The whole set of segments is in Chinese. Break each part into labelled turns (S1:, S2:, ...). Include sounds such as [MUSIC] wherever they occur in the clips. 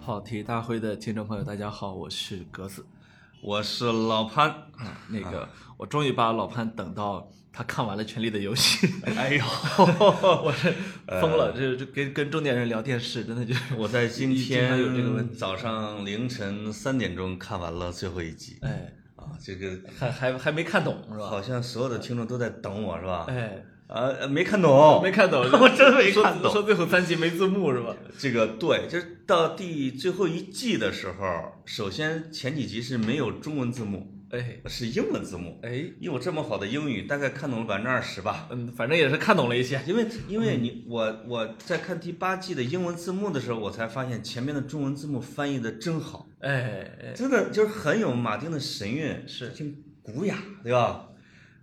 S1: 跑题大会的听众朋友，大家好，我是格子。
S2: 我是老潘，
S1: 那个，我终于把老潘等到他看完了《权力的游戏》，呃
S2: 哎呦，
S1: 哦 [LAUGHS] 我是疯了，这这跟跟中年人聊电视，真的就是
S2: [LAUGHS] 我在今
S1: 经
S2: 天
S1: 常有这个问题
S2: 早上凌晨三点钟看完了最后一集，
S1: 哎，
S2: 啊，这个
S1: 还还还没看懂是吧？
S2: 好像所有的听众都在等我是吧？
S1: 哎，
S2: 啊，没看懂，
S1: 没看 [LAUGHS] 懂，
S2: 我真没
S1: 说
S2: 看懂
S1: 说最后三集没字幕是吧？
S2: 这个对，就是到第最后一季的时候，首先前几集是没有中文字幕，
S1: 哎
S2: 是英文字幕。
S1: 哎，
S2: 因为我这么好的英语，大概看懂了百分之二十吧。
S1: 嗯，反正也是看懂了一些。
S2: 因为因为
S1: 嗯
S2: 你我我在看第八季的英文字幕的时候，我才发现前面的中文字幕翻译的真好，
S1: 哎哎，
S2: 真的就是很有马丁的神韵，
S1: 是
S2: 挺古雅，对吧？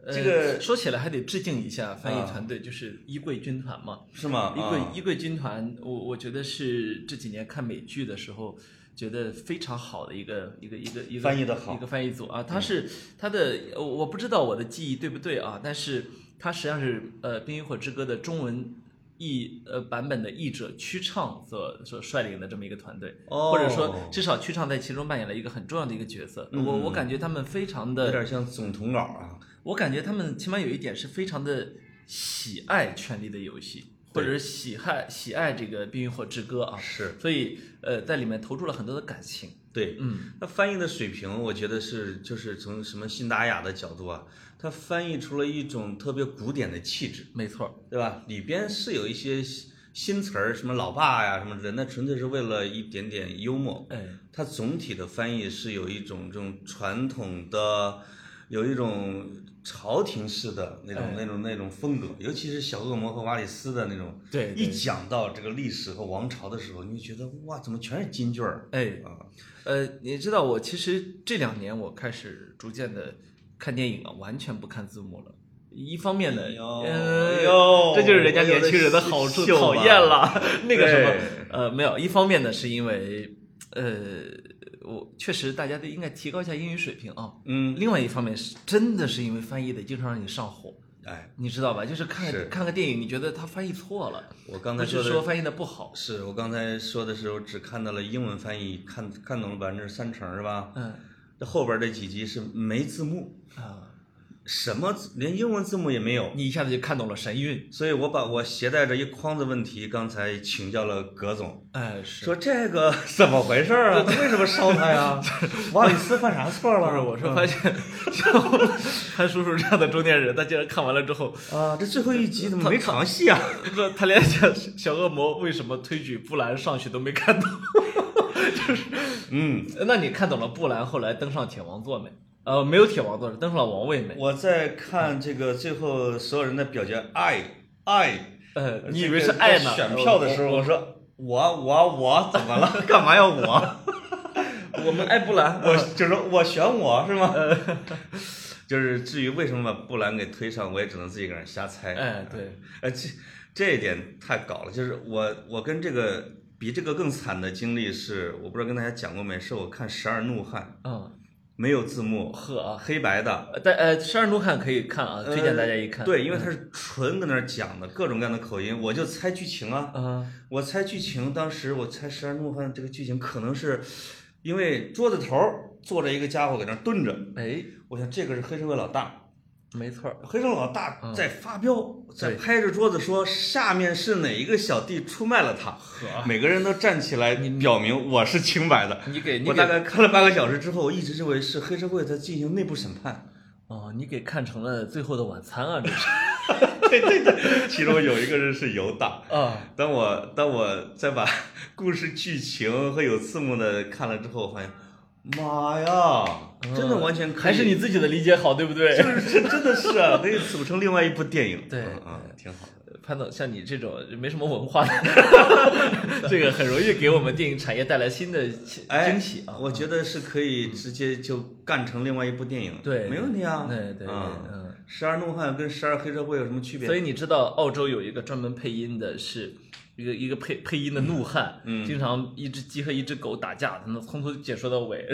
S1: 呃
S2: 这个
S1: 说起来还得致敬一下翻译
S2: 啊
S1: 团队，就是衣柜军团嘛。
S2: 是吗？
S1: 衣柜
S2: 啊
S1: 衣柜军团，我我觉得是这几年看美剧的时候。觉得非常好的一个一个一个一个
S2: 翻译得好
S1: 一
S2: 嗯
S1: 个翻译组啊，他是他的我我不知道我的记忆对不对啊，但是他实际上是呃《冰与火之歌》的中文译呃版本的译者曲畅所所率领的这么一个团队，
S2: 哦
S1: 或者说至少曲畅在其中扮演了一个很重要的一个角色。我我感觉他们非常的
S2: 嗯有点像总统稿啊，
S1: 我感觉他们起码有一点是非常的喜爱《权力的游戏》，或
S2: 对
S1: 者是喜爱喜爱这个《冰与火之歌》啊，
S2: 是
S1: 所以呃，在里面投注了很多的感情。
S2: 对，
S1: 嗯，
S2: 那翻译的水平，我觉得是就是从什么辛达雅的角度啊，它翻译出了一种特别古典的气质，
S1: 没错，
S2: 对吧？里边是有一些新新词儿，什么老爸呀什么之类的，那纯粹是为了一点点幽默。
S1: 哎，
S2: 它总体的翻译是有一种这种传统的，有一种朝廷式的那种、
S1: 哎
S2: 那种那种风格，尤其是小恶魔和瓦里斯的那种。
S1: 对
S2: 一讲到这个历史和王朝的时候，你就觉得哇，怎么全是金句儿？
S1: 哎，
S2: 啊，
S1: 呃，你知道我其实这两年我开始逐渐的看电影啊，完全不看字幕了。一方面呢，
S2: 哟
S1: 呃
S2: 哟
S1: 这就是人家年轻人的好处，讨厌了那个什么
S2: 对，
S1: 呃，没有。一方面呢，是因为，呃，我确实大家都应该提高一下英语水平啊。
S2: 嗯，
S1: 另外一方面是，真的是因为翻译的经常让你上火，
S2: 哎，
S1: 你知道吧？就是看
S2: 是
S1: 看个电影，你觉得他翻译错了，
S2: 我刚才
S1: 不是
S2: 说的
S1: 说翻译的不好，
S2: 是我刚才说的时候，只看到了英文翻译，看看懂了百分之三成是吧？
S1: 嗯
S2: 这后边这几集是没字幕，
S1: 啊，
S2: 什么字连英文字幕也没有，
S1: 你一下子就看懂了神韵，
S2: 所以我把我携带着一筐子问题，刚才请教了葛总，
S1: 哎，是。
S2: 说这个 [LAUGHS] 怎么回事儿啊？ [LAUGHS] 他为什么烧他呀？瓦里斯犯啥错
S1: 不是，
S2: 了？
S1: [LAUGHS] 我是发现 [LAUGHS]
S2: 嗯
S1: 像我们潘叔叔这样的中年人，他竟然看完了之后，
S2: 啊，这最后一集怎么没床戏啊？ [LAUGHS]
S1: 说他连小小恶魔为什么推举布兰上去都没看懂。
S2: 嗯，
S1: 那你看懂了布兰后来登上铁王座没？呃，没有铁王座，登上了王位没？
S2: 我在看这个最后所有人的表决，爱爱。
S1: 呃，你以为是爱呃呢？哦
S2: 在选票的时候，我说我我我怎么了？ [LAUGHS] 干嘛要我？
S1: 我，我们爱布兰。
S2: [LAUGHS] 我就是说我选我是吗？ [LAUGHS] 就是至于为什么把布兰给推上，我也只能自己搁那儿瞎
S1: [LAUGHS]
S2: 猜。
S1: 哎，对，
S2: 呃，这这一点太搞了。就是我我跟这个比这个更惨的经历是，我不知道跟大家讲过没，是我看《十二怒汉》
S1: 嗯，
S2: 没有字幕，
S1: 呵啊，
S2: 黑白的。
S1: 呃但呃，十二怒汉可以看啊，推荐大家一看。
S2: 呃对，因为他是纯搁那儿讲的各种各样的口音，我就猜剧情啊。
S1: 嗯，
S2: 我猜剧情，当时我猜《十二怒汉》这个剧情可能是，因为桌子头儿坐着一个家伙搁那儿蹲着，
S1: 哎，
S2: 我想这个是黑社会老大，
S1: 没错儿，
S2: 黑社会老大在发飙，在
S1: 嗯对
S2: 拍着桌子说下面是哪一个小弟出卖了他，每个人都站起来表明我是清白的。
S1: 你给你
S2: 我大
S1: 给
S2: 概看了半个小时之后，我一直认为是黑社会在进行内部审
S1: [LAUGHS]
S2: 判。
S1: 哦，你给看成了《最后的晚餐》啊，这
S2: [LAUGHS]
S1: 是
S2: 对对对，其中有一个人是犹大。
S1: 啊，
S2: 当我当我再把故事剧情和有字幕的看了之后，我发现，妈呀，真的完全可
S1: [LAUGHS] 嗯
S2: 以，
S1: 还是你自己的理解好，对不对？
S2: [LAUGHS] 就是真真的是啊，可以组成另外一部电影，
S1: 对
S2: 嗯嗯，挺好的。
S1: [LAUGHS] 潘总，像你这种没什么文化的， [LAUGHS] 这个很容易给我们电影产业带来新的
S2: 哎，
S1: 惊喜啊！嗯
S2: 我觉得是可以直接就干成另外一部电影，
S1: 对
S2: 没问题啊，
S1: 对对对
S2: 嗯，
S1: 嗯。
S2: 十二怒汉跟十二黑社会有什么区别？
S1: 所以你知道澳洲有一个专门配音的是。一个一个配配音的怒
S2: 嗯
S1: 汉，经常一只鸡和一只狗打架，他能从头解说到尾。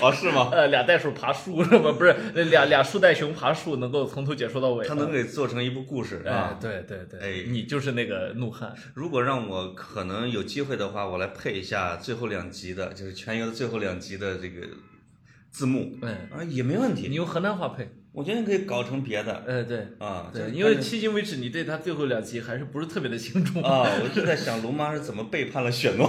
S2: 哦，是
S1: [LAUGHS]
S2: 吗？
S1: 呃，俩袋鼠爬树是吧？不是， [LAUGHS] 俩俩树袋熊爬树，能够从头解说到尾。
S2: 他能给做成一部故事
S1: 哎
S2: 啊，！
S1: 对对对，
S2: 哎
S1: 你就是那个怒汉。
S2: 如果让我可能有机会的话，我来配一下最后两集的，就是全游的最后两集的这个字幕
S1: 嗯，
S2: 啊，也没问
S1: 你
S2: 题。
S1: 用河南话配。
S2: 我觉得你可以搞成别的
S1: 呃，对
S2: 啊，
S1: 对，
S2: 就
S1: 因为迄今为止你对他最后两集还是不是特别的轻重。
S2: 啊，我就在想龙妈是怎么背叛了雪诺。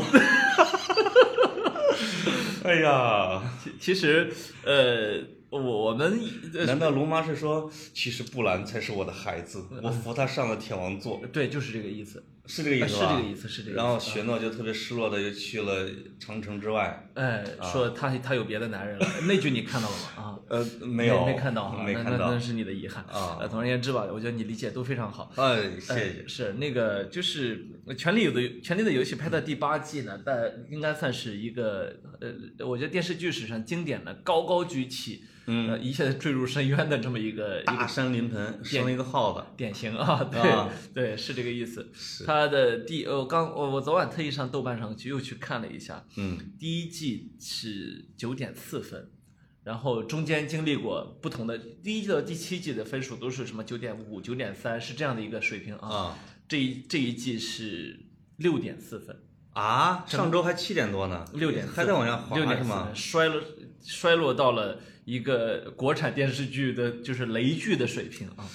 S2: [LAUGHS] 哎呀，
S1: 其其实，呃，我我们 [LAUGHS] 呃
S2: 难道龙妈是说，其实布兰才是我的
S1: [LAUGHS]
S2: 孩子，我扶她上了天王座，
S1: 对，就是这个意思，啊
S2: 是这个意思
S1: 是
S2: 吧？
S1: 这个意思，是这个意思。
S2: 然后雪诺就特别失落的就去了长城之外。
S1: 哎，
S2: 啊
S1: 说他他有别的男人了，那句你看到了吗？啊。
S2: 呃，没有，
S1: 没看到哈，
S2: 没
S1: 那
S2: 看
S1: 那
S2: 到
S1: 那。是你的遗憾
S2: 啊
S1: 呃总而言之吧，我觉得你理解都非常好。
S2: 哎，谢
S1: 呃
S2: 谢。
S1: 是那个，就是《权力有的权力的游戏》拍到第八季呢，但应该算是一个呃，我觉得电视剧史上经典的高高举起，嗯、一下子坠入深渊的这么一个一个
S2: 大山临盆生了一个耗子，
S1: 典型啊，对、
S2: 啊
S1: 对，是这个意思。他的第呃，我刚我我昨晚特意上豆瓣上去又去看了一下，
S2: 嗯，
S1: 第一季是九点四分，然后中间经历过不同的，第一季到第七季的分数都是什么九点五、九点三，是这样的一个水平啊。
S2: 啊
S1: 这一这一季是六点四分，
S2: 啊，上周还七点多呢，
S1: 六点
S2: 啊还在往下滑
S1: 六点
S2: 是
S1: 四
S2: 吗？
S1: 分，衰落衰落到了一个国产电视剧的就是雷剧的水平啊。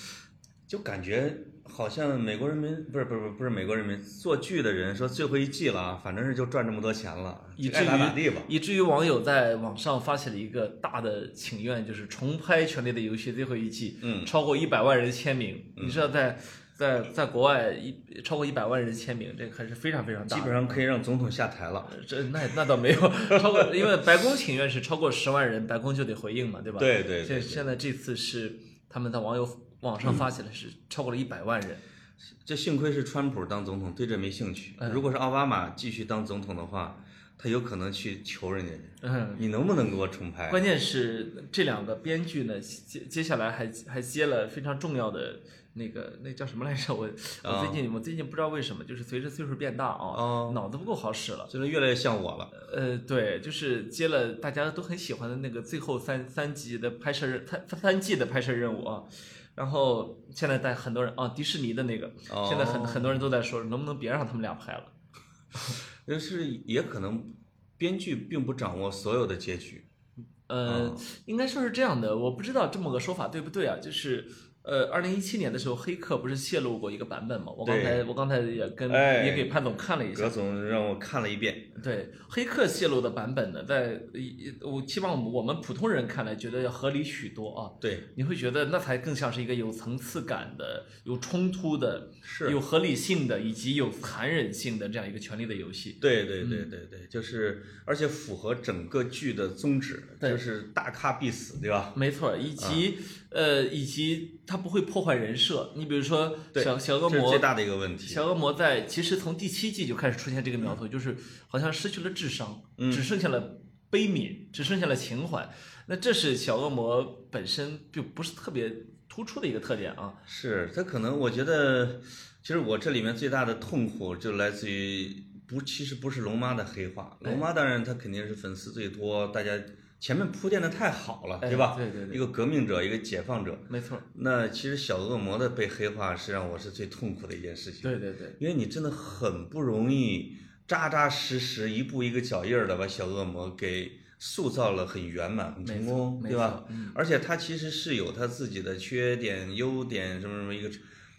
S2: 就感觉好像美国人民不是不是不是不是美国人民做剧的人说最后一季了啊，反正是就赚这么多钱了，
S1: 以
S2: 就
S1: 至
S2: 爱
S1: 于
S2: 咋咋地吧。
S1: 以至于网友在网上发起了一个大的请愿，就是重拍《权力的游戏》最后一季，
S2: 嗯
S1: 超过一百万人签名。你知道在在在国外一超过一百万人签名，这个还是非常非常大
S2: 基
S1: 的。
S2: 本上可以让总统下台了。
S1: 这那那倒没有超过，因为白宫请愿是超过十万人，白宫就得回应嘛，对吧？
S2: 对对对嗯
S1: 现现在这次是他们在网友网上发起来是超过了一百万人，
S2: 这幸亏是川普当总统，对这没兴趣。
S1: 哎
S2: 如果是奥巴马继续当总统的话，他有可能去求人家去，
S1: 嗯，
S2: 你能不能给我重拍？
S1: 关键是这两个编剧呢，接接下来还还接了非常重要的那个那叫什么来着？我我最近我最近不知道为什么，就是随着岁数变大啊，
S2: 哦
S1: 脑子不够好使了。
S2: 真的越来越像我了。
S1: 呃，对，就是接了大家都很喜欢的那个最后三三集的拍摄任三三季的拍摄任务啊，然后现在在很多人啊，迪士尼的那个，
S2: 哦
S1: 现在很很多人都在说，能不能别让他们俩拍了？
S2: 但是也可能编剧并不掌握所有的结局。
S1: 呃
S2: 哦，
S1: 应该说是这样的，我不知道这么个说法对不对啊？就是呃，二零一七年的时候，黑客不是泄露过一个版本嘛？我刚
S2: 对
S1: 才我刚才也跟
S2: 哎
S1: 也给潘总看了一下
S2: 葛，总让我看了一遍，
S1: 对黑客泄露的版本呢，在一我希望我们普通人看来觉得要合理许多啊。
S2: 对，
S1: 你会觉得那才更像是一个有层次感的、有冲突的、
S2: 是
S1: 有合理性的以及有残忍性的这样一个权力的游戏。
S2: 对对对
S1: 嗯
S2: 对对，就是而且符合整个剧的宗旨，
S1: 对
S2: 就是大咖必死，对吧？
S1: 没错，以及、
S2: 啊
S1: 呃，以及它不会破坏人设。你比如说
S2: 对
S1: 小小恶
S2: 这是
S1: 魔
S2: 最大的一个问题。
S1: 小恶魔在其实从第七季就开始出现这个苗
S2: 嗯
S1: 头，就是好像失去了智商，只剩下了悲悯，只剩下了情怀。那这是小恶魔本身就不是特别突出的一个特点啊。
S2: 是他可能，我觉得，其实我这里面最大的痛苦就来自于不，其实不是龙妈的黑化，
S1: 哎
S2: 龙妈当然她肯定是粉丝最多，大家前面铺垫的太好了，
S1: 哎
S2: 对吧？
S1: 对对对
S2: 一个革命者，一个解放者。
S1: 没错，
S2: 那其实小恶魔的被黑化是让我是最痛苦的一件事情，
S1: 对对对，
S2: 因为你真的很不容易，扎扎实实一步一个脚印儿的把小恶魔给塑造了很圆满、很成功，
S1: 没错
S2: 对吧？
S1: 没错嗯
S2: 而且他其实是有他自己的缺点、优点什么什么一个，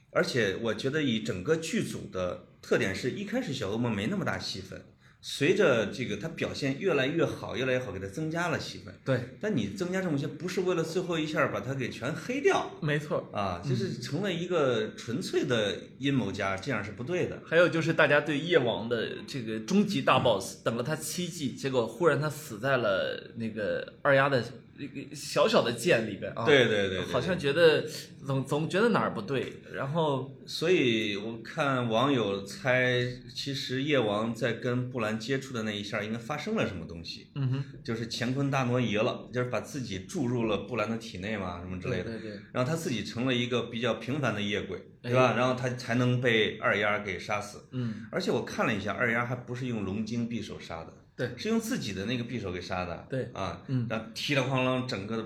S2: 而且我觉得以整个剧组的特点是一开始小恶魔没那么大戏份，随着这个他表现越来越好、越来越好，给他增加了戏份。
S1: 对，
S2: 但你增加这么些，不是为了最后一下把他给全黑掉
S1: 没错。
S2: 啊，就是
S1: 嗯
S2: 成了一个纯粹的阴谋家，这样是不对的。
S1: 还有就是大家对夜王的这个终极大 boss，、等了他七季，结果忽然他死在了那个二丫的一个小小的剑里边啊。
S2: 对对对对
S1: 好像觉得总总觉得哪儿不对，然后
S2: 所以我看网友猜，其实夜王在跟布兰接触的那一下，应该发生了什么东西，
S1: 嗯哼，
S2: 就是乾坤大挪移了，就是把自己注入了布兰的体内嘛，什么之类的。
S1: 对哎对对
S2: 然后他自己成了一个比较平凡的夜鬼，对吧？然后他才能被二丫给杀死。
S1: 嗯，
S2: 而且我看了一下，二丫还不是用龙筋匕首杀的，
S1: 对
S2: 是用自己的那个匕首给杀的。
S1: 对
S2: 啊，
S1: 嗯
S2: 然后踢了哐啷，整个的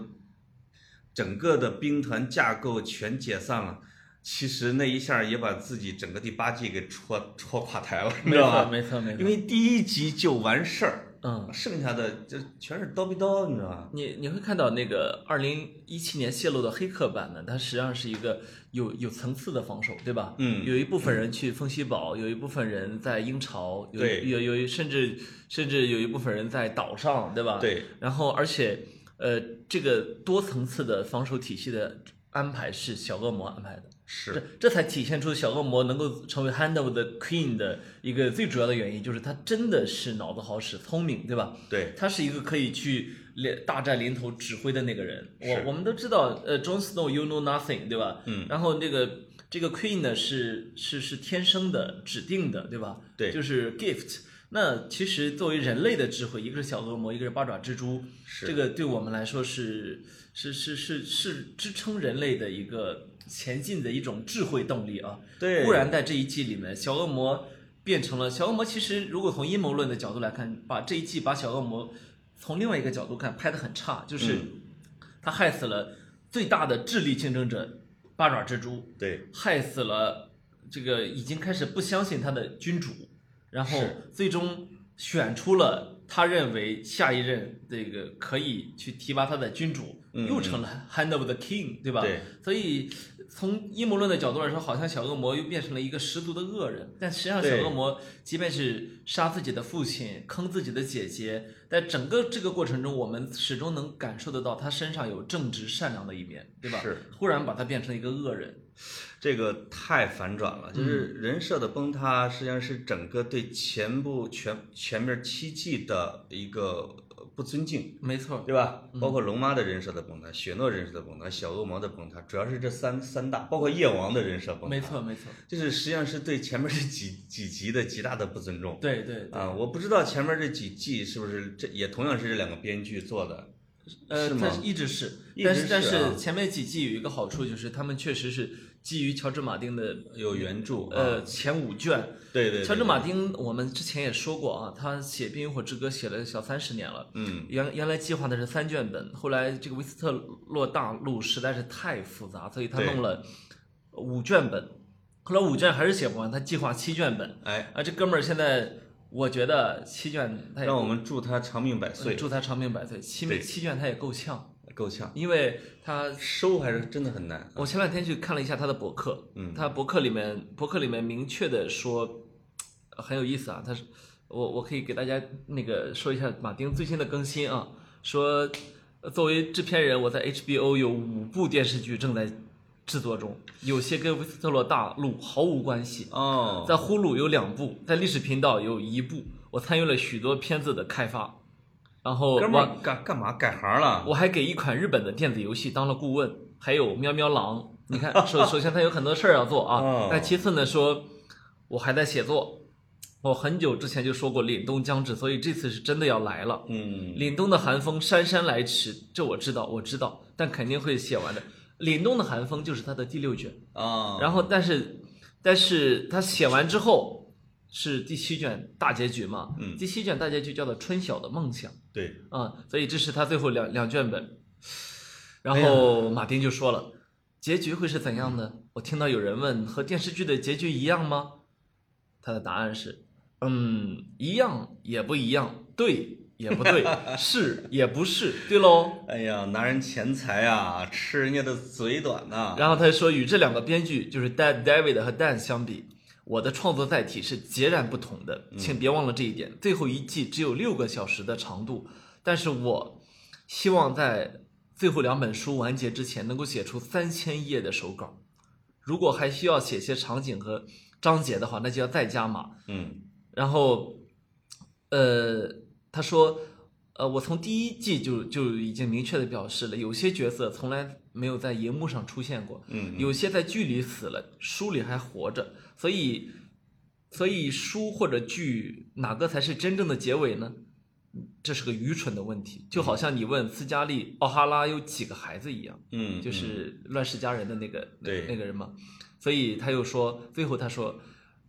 S2: 整个的兵团架构全解散了。其实那一下也把自己整个第八季给戳戳垮台了，你
S1: 没
S2: 知道
S1: 错
S2: 吧？
S1: 没错没
S2: 因
S1: 错，
S2: 为第一集就完事儿，
S1: 嗯。
S2: 剩下的这全是刀逼刀，你知道吧？
S1: 你你会看到那个二零一七年泄露的黑客版呢，它实际上是一个有有层次的防守，对吧？
S2: 嗯
S1: 有一部分人去风西堡，有一部分人在英朝，有
S2: 对
S1: 有有甚至甚至有一部分人在岛上，对吧？。
S2: 对，
S1: 然后而且呃，这个多层次的防守体系的安排是小恶魔安排的，这
S2: 是，
S1: 这才体现出小恶魔能够成为 Handle 的 Queen 的一个最主要的原因，就是他真的是脑子好使，聪明，对吧？
S2: 对，
S1: 他是一个可以去连大战临头指挥的那个人。
S2: 是
S1: 我我们都知道，呃，Jon Snow you know nothing，对吧？
S2: 嗯
S1: 然后这个这个 Queen 呢是是是天生的指定的，对吧？
S2: 对
S1: 就是 gift。那其实作为人类的智慧，一个是小恶魔，一个是八爪蜘蛛，
S2: 是
S1: 这个对我们来说是是是是是支撑人类的一个前进的一种智慧动力啊。
S2: 对
S1: 固然在这一季里面，小恶魔变成了小恶魔。其实如果从阴谋论的角度来看，把这一季把小恶魔从另外一个角度看拍的很差，就是他害死了最大的智力竞争者八爪蜘蛛，
S2: 对，
S1: 害死了这个已经开始不相信他的君主，然后
S2: 是
S1: 最终选出了他认为下一任这个可以去提拔他的君主，
S2: 嗯
S1: 又成了 Hand of the King，对吧？
S2: 对，
S1: 所以从阴谋论的角度来说，好像小恶魔又变成了一个十足的恶人，但实际上小
S2: 对
S1: 恶魔即便是杀自己的父亲、坑自己的姐姐，在整个这个过程中，我们始终能感受得到他身上有正直善良的一面，对吧？
S2: 是，
S1: 忽然把他变成了一个恶人，
S2: 这个太反转了，就是
S1: 嗯
S2: 人设的崩塌，实际上是整个对前部全前面七季的一个呃不尊敬，
S1: 没错。
S2: 对吧？
S1: 嗯
S2: 包括龙妈的人设的崩塌，雪诺人设的崩塌，小恶魔的崩塌，主要是这三三大，包括夜王的人设崩塌，
S1: 没，错，没错，
S2: 就是实际上是对前面这几几集的极大的不尊重。
S1: 对对，
S2: 啊，我不知道前面这几季是不是这也同样是这两个编剧做的，
S1: 呃，
S2: 是
S1: 它
S2: 吗
S1: 是一直是，
S2: 一
S1: 但
S2: 直
S1: 是但
S2: 是
S1: 是
S2: 啊
S1: 前面几季有一个好处就是他们确实是基于乔治马丁的
S2: 有原著啊，
S1: 呃前五卷，
S2: 对对，对
S1: 乔治马丁我们之前也说过啊，他写《冰与火之歌》写了小三十年了。
S2: 嗯，
S1: 原原来计划的是三卷本，后来这个威斯特洛大陆实在是太复杂，所以他
S2: 对
S1: 弄了五卷本。后来五卷还是写不完，他计划七卷本。
S2: 哎，
S1: 啊，这哥们儿现在我觉得七卷他也
S2: 让我们祝他长命百岁，
S1: 祝他长命百岁，七
S2: 对
S1: 七卷他也够呛，
S2: 够呛。
S1: 因为他
S2: 收还是真的很难。
S1: 我前两天去看了一下他的博客，
S2: 嗯
S1: 他博客里面博客里面明确的说，呃很有意思啊，他是我我可以给大家那个说一下马丁最新的更新啊，说呃作为制片人，我在 HBO 有五部电视剧正在制作中，有些跟维斯特洛大陆毫无关系，
S2: 哦，
S1: 在呼噜有两部，在历史频道有一部，我参与了许多片子的开发，然后
S2: 哥们
S1: 我
S2: 儿干干嘛改行了？
S1: 我还给一款日本的电子游戏当了顾问，还有喵喵狼。你看，首首先他有很多事儿要做啊
S2: 哦，
S1: 但其次呢，说我还在写作。我很久之前就说过凛冬将至，所以这次是真的要来了。
S2: 嗯，
S1: 凛冬的寒风姗姗来迟，这我知道，我知道，但肯定会写完的。凛冬的寒风就是他的第六卷，
S2: 啊，
S1: 然后但是但是他写完之后是第七卷大结局嘛？
S2: 嗯
S1: 第七卷大结局叫做《春晓的梦想》。
S2: 对，
S1: 啊、所以这是他最后两两卷本。然后马丁就说了，结局会是怎样呢？我听到有人问，和电视剧的结局一样吗？他的答案是，嗯，一样也不一样，对也不对，是也不是，对喽。
S2: 哎呀，拿人钱财啊，吃人家的嘴短呐、
S1: 然后他说，与这两个编剧就是 Dan David 和 Dan 相比，我的创作载体是截然不同的，请别忘了这一点。最后一季只有六个小时的长度，但是我希望在最后两本书完结之前能够写出三千页的手稿。如果还需要写些场景和章节的话，那就要再加码。
S2: 嗯，
S1: 然后，呃，他说，呃，我从第一季就就已经明确的表示了，有些角色从来没有在荧幕上出现过，
S2: 嗯，
S1: 有些在剧里死了，书里还活着，所以，所以书或者剧哪个才是真正的结尾呢？这是个愚蠢的问题，就好像你问斯嘉丽·奥哈拉有几个孩子一样。
S2: 嗯，
S1: 就
S2: 嗯
S1: 是《乱世佳人》的那个那
S2: 对
S1: 那个人嘛。所以他又说，最后他说，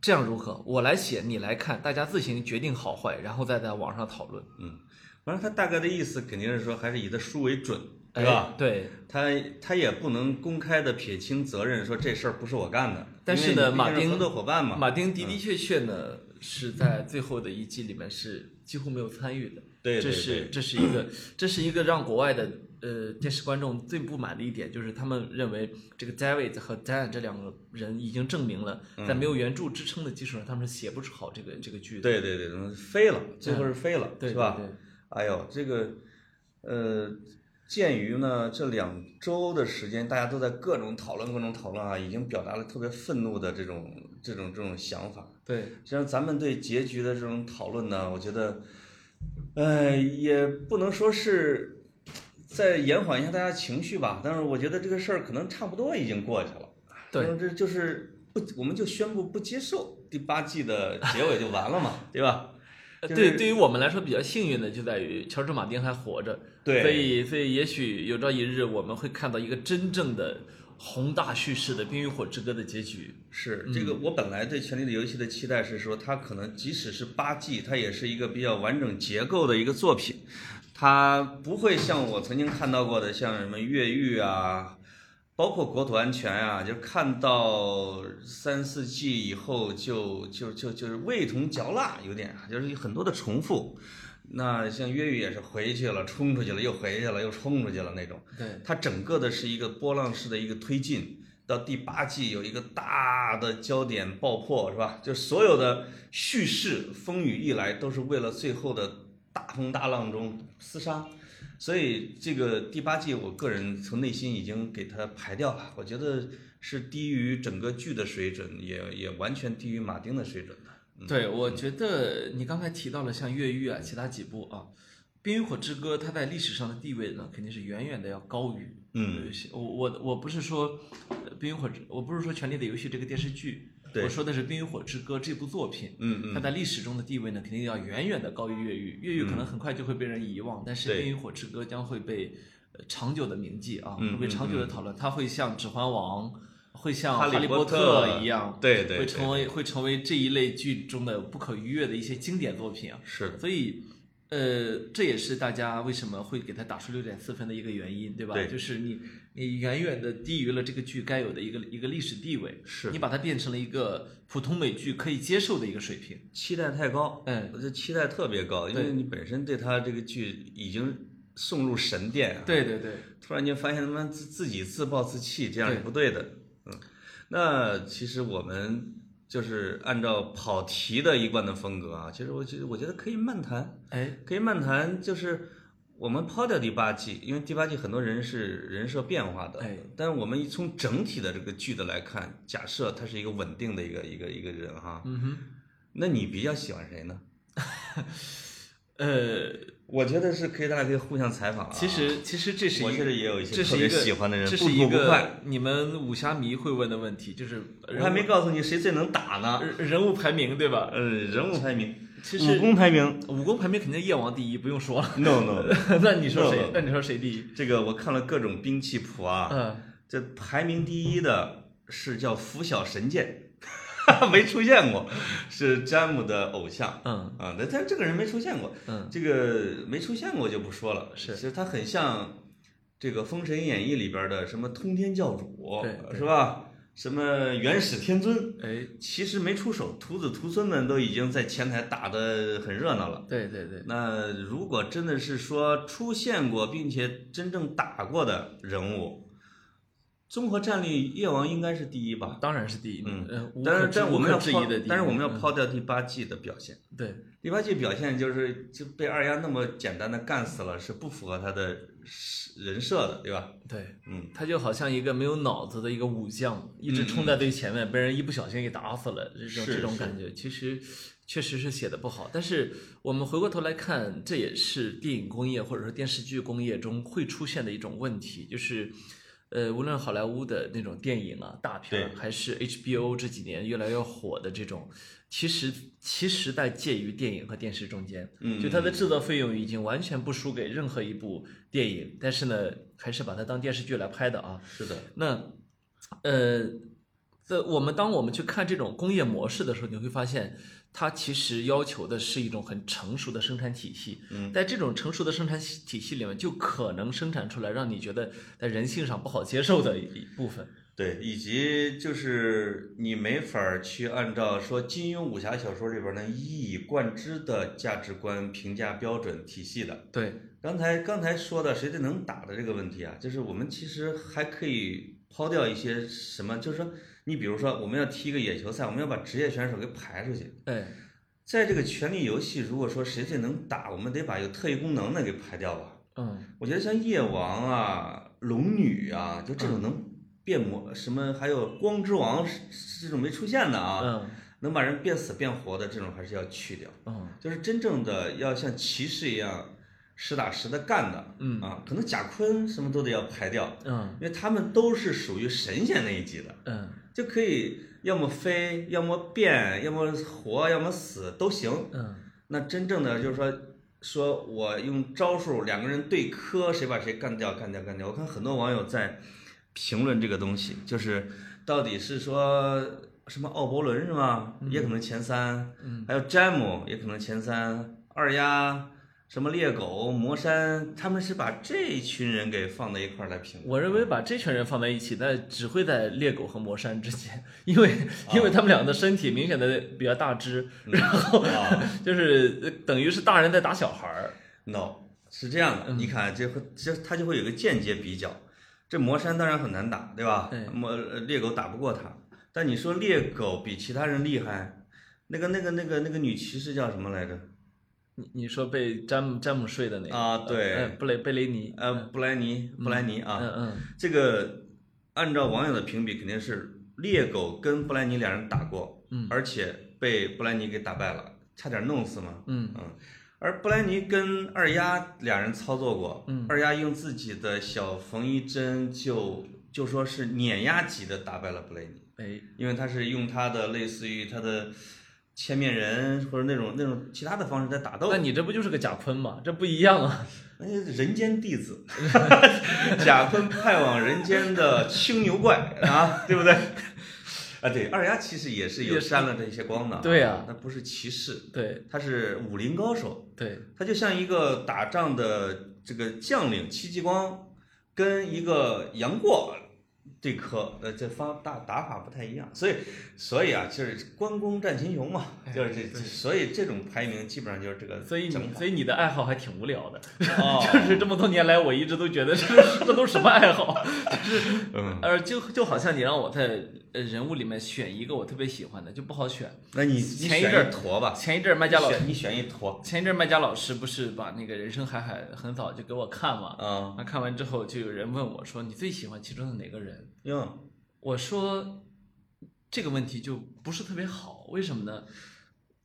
S1: 这样如何？我来写，你来看，大家自行决定好坏，然后再在网上讨论，
S2: 反正他大概的意思肯定是说，还是以他书为准，对
S1: 哎
S2: 吧？？
S1: 对。
S2: 他他也不能公开的撇清责任，说这事儿不是我干的。
S1: 但是呢
S2: 因为你
S1: 马
S2: 毕竟是
S1: 丁
S2: 合作伙伴嘛，
S1: 马丁的的确确呢是在最后的一季里面是几乎没有参与的，
S2: 对对
S1: 这是这是一个 [CLEARS THROAT] 这是一个让国外的呃电视观众最不满的一点，就是他们认为这个 David 和 Dan 这两个人已经证明了，
S2: 嗯
S1: 在没有原著支撑的基础上，他们是写不出好这个这个剧的，
S2: 对对对，嗯飞了，最后是飞了，
S1: 哎对
S2: 是吧？
S1: 对对
S2: 哎呦，这个，呃，鉴于呢这两周的时间，大家都在各种讨论、各种讨论啊，已经表达了特别愤怒的这种、这种、这种想法。
S1: 对
S2: 像咱们对结局的这种讨论呢，我觉得，呃，也不能说是在延缓一下大家情绪吧，但是我觉得这个事儿可能差不多已经过去了。
S1: 对，
S2: 这就是不，我们就宣布不接受第八季的结尾就完了嘛，对吧？
S1: 呃
S2: 就是
S1: 对，对于我们来说比较幸运的就在于乔治·马丁还活着，
S2: 对
S1: 所以所以也许有朝一日我们会看到一个真正的宏大叙事的《冰与火之歌》的结局。
S2: 是这个，我本来对《权力的游戏》的期待是说，它可能即使是八季，它也是一个比较完整结构的一个作品，它不会像我曾经看到过的，像什么越狱啊，包括国土安全啊，就是看到三四季以后就就就就是味同嚼蜡，有点啊就是有很多的重复。那像越狱也是回去了，冲出去了，又回去了，又冲出去了那种。
S1: 对，
S2: 它整个的是一个波浪式的一个推进，到第八季有一个大的焦点爆破，是吧？就所有的叙事风雨一来，都是为了最后的大风大浪中厮杀。所以这个第八季，我个人从内心已经给它排掉了，我觉得是低于整个剧的水准，也也完全低于马丁的水准的。
S1: 对，我
S2: 嗯
S1: 觉得你刚才提到了像《越狱》啊，其他几部啊，《冰与火之歌》它在历史上的地位呢，肯定是远远的要高于
S2: 嗯
S1: 呃我我我不是说呃《冰与火之》，我不是说《权力的游戏》这个电视剧，
S2: 对
S1: 我说的是《冰与火之歌》这部作品。
S2: 嗯嗯，
S1: 它在历史中的地位呢，肯定要远远的高于越狱。越狱可能很快就会被人遗忘，但是《
S2: 嗯对
S1: 冰与火之歌》将会被呃长久的铭记啊，
S2: 嗯
S1: 会被长久的讨论。它会像《指环王》，会像《
S2: 哈利
S1: 利波
S2: 波
S1: 特
S2: 特》
S1: 一样，
S2: 对对
S1: 会
S2: 对
S1: 成为会成为这一类剧中的不可逾越的一些经典作品啊。
S2: 是的，
S1: 所以，呃，这也是大家为什么会给它打出六点四分的一个原因，对吧？
S2: 对
S1: 就是你你远远的低于了这个剧该有的一个一个历史地位，
S2: 是
S1: 你把它变成了一个普通美剧可以接受的一个水平。
S2: 期待太高，
S1: 嗯，
S2: 我这期待特别高，因
S1: 对
S2: 为你本身对他这个剧已经送入神殿啊，
S1: 对对对，
S2: 突然间发现他妈自自己自暴自弃，这样
S1: 对
S2: 也不对的。嗯，那其实我们就是按照跑题的一贯的风格啊，其实我觉得我觉得可以漫谈，
S1: 哎，
S2: 可以漫谈，就是我们抛掉第八季，因为第八季很多人是人设变化的，
S1: 哎
S2: 但是我们从整体的这个剧的来看，假设他是一个稳定的一个一个一个人哈，
S1: 嗯哼，
S2: 那你比较喜欢谁 [LAUGHS] 呢？
S1: 呃，
S2: 我觉得是可以，大家可以互相采访、啊。
S1: 其实其实这是
S2: 我
S1: 一
S2: 确
S1: 个
S2: 实也有一些
S1: 这
S2: 特
S1: 是
S2: 别
S1: 一个
S2: 喜欢的人，
S1: 这
S2: 不
S1: 是
S2: 吐
S1: 一
S2: 不快。
S1: 个你们武侠迷会问的问题，就是
S2: 我还
S1: 人
S2: 没告诉你谁最能打呢。
S1: 物人物排名对吧？
S2: 呃，人物排名，
S1: 其实
S2: 武功排名
S1: 武功排名肯定夜王第一，不用说
S2: [LAUGHS]
S1: 了。
S2: ，no no。
S1: 那你说
S2: 那
S1: 谁
S2: 我？
S1: 那你说谁第一？
S2: 这个我看了各种兵器谱啊，
S1: 嗯，
S2: 这排名第一的是叫拂晓神剑， [LAUGHS] 没出现过，是詹姆的偶像。
S1: 嗯
S2: 啊，但但这个人没出现过，
S1: 嗯，
S2: 这个没出现过就不说了，
S1: 是
S2: 其实他很像这个《封神演义》里边的什么通天教主，
S1: 对对
S2: 是吧？什么元始天尊，
S1: 哎，
S2: 其实没出手，徒子徒孙们都已经在前台打得很热闹了。
S1: 对对对，
S2: 那如果真的是说出现过并且真正打过的人物，综合战力，夜王应该是第一吧？
S1: 当然是第一名。嗯，无
S2: 但
S1: 可
S2: 是
S1: 置
S2: 但我们
S1: 无
S2: 要
S1: 可置
S2: 抛
S1: 疑的第一，，
S2: 但是我们要
S1: 嗯
S2: 抛掉第八季的表现。
S1: 对
S2: 第八季表现就是就被二丫那么简单的干死了，是不符合他的人设的，对吧？
S1: 对。
S2: 嗯，
S1: 他就好像一个没有脑子的一个武将，一直冲在最前面，被人一不小心给打死了，这种
S2: 嗯是
S1: 这种
S2: 是
S1: 感觉，其实确实是写的不好。但是我们回过头来看，这也是电影工业或者说电视剧工业中会出现的一种问题，就是。呃，无论好莱坞的那种电影啊、大片儿，
S2: 对
S1: 还是 HBO 这几年越来越火的这种，其实其实在介于电影和电视中间，
S2: 嗯
S1: 就它的制作费用已经完全不输给任何一部电影，但是呢，还是把它当电视剧来拍的啊。
S2: 是的，
S1: 那呃，呃，我们当我们去看这种工业模式的时候，你会发现，它其实要求的是一种很成熟的生产体系。
S2: 嗯，
S1: 在这种成熟的生产体系里面，就可能生产出来让你觉得在人性上不好接受的一部分。
S2: 对，以及就是你没法儿去按照说金庸武侠小说里边儿那一以贯之的价值观评价标准体系的。
S1: 对，
S2: 刚才刚才说的谁最能打的这个问题啊，就是我们其实还可以抛掉一些什么，就是说你比如说我们要踢一个野球赛，我们要把职业选手给排出去。
S1: 哎，
S2: 在这个权力游戏，如果说谁最能打，我们得把有特异功能的给排掉吧。
S1: 嗯，
S2: 我觉得像夜王啊、龙女啊，就
S1: 嗯
S2: 这种能变魔，什么还有光之王是是这种没出现的啊，
S1: 嗯，
S2: 能把人变死变活的这种还是要去掉。
S1: 嗯，
S2: 就是真正的要像骑士一样实打实的干的，
S1: 嗯
S2: 啊，可能贾坤什么都得要排掉，
S1: 嗯，
S2: 因为他们都是属于神仙那一级的，
S1: 嗯，
S2: 就可以要么飞，要么变，要么活，要么死都行。
S1: 嗯，
S2: 那真正的就是说，说我用招数两个人对磕，谁把谁干掉，干掉，干掉。我看很多网友在评论这个东西，就是到底是说什么奥伯伦是吗？也可能前三，还有詹姆也可能前三，二丫。什么猎狗、魔山，他们是把这群人给放在一块儿来评。
S1: 我认为把这群人放在一起，那只会在猎狗和魔山之间，因为因为他们俩的身体明显的比较大只，然后
S2: 啊
S1: 就是呃等于是大人在打小孩儿。
S2: no 是这样的，
S1: 嗯
S2: 你看这会这它就会有个间接比较。这魔山当然很难打，对吧
S1: 对？
S2: 魔呃猎狗打不过它，但你说猎狗比其他人厉害，那个那个那个那个女骑士叫什么来着？
S1: 你你说被詹姆詹姆睡的那个
S2: 啊对
S1: 呃布雷贝雷尼，
S2: 呃，布莱尼，布莱尼啊，
S1: 嗯嗯
S2: 这个按照网友的评比，肯定是猎狗跟布莱尼俩人打过，
S1: 嗯
S2: 而且被布莱尼给打败了，差点弄死嘛，
S1: 嗯
S2: 而布莱尼跟二丫俩人操作过，
S1: 嗯
S2: 二丫用自己的小缝衣针就就说是碾压级的打败了布莱尼，
S1: 哎
S2: 因为他是用他的类似于他的千面人或者那种那种其他的方式在打斗
S1: 那，你这不就是个贾坤吗？这不一样啊！ [LAUGHS]
S2: 那些人间弟子， [LAUGHS] 贾坤派往人间的青牛怪啊，对不对？啊，对，二丫其实也是有
S1: 也是
S2: 沾了这些光的啊，
S1: 对啊
S2: 那不是骑士，
S1: 对
S2: 他是武林高手，
S1: 对，
S2: 他就像一个打仗的这个将领戚继光，跟一个杨过对磕，呃，这方打打法不太一样，所以所以啊，就是关公战秦琼嘛，就是这，这所以这种排名基本上就是这个
S1: 哎所以
S2: 整
S1: 你
S2: 法
S1: 所以你的爱好还挺无聊的，
S2: 哦
S1: [LAUGHS] 就是这么多年来，我一直都觉得这是 [LAUGHS] 这都什么爱好，
S2: 嗯，
S1: [LAUGHS] 呃，就就好像你让我在呃人物里面选一个我特别喜欢的，就不好选。
S2: 那你你
S1: 前
S2: 选
S1: 一阵儿
S2: 坨吧，
S1: 前一阵儿麦家老
S2: 选你选一坨
S1: 前一阵儿麦家老师不是把那个《人生海海》很早就给我看嘛，
S2: 啊，
S1: 那看完之后就有人问我说你最喜欢其中的哪个人？
S2: 哟，
S1: 我说这个问题就不是特别好，为什么呢？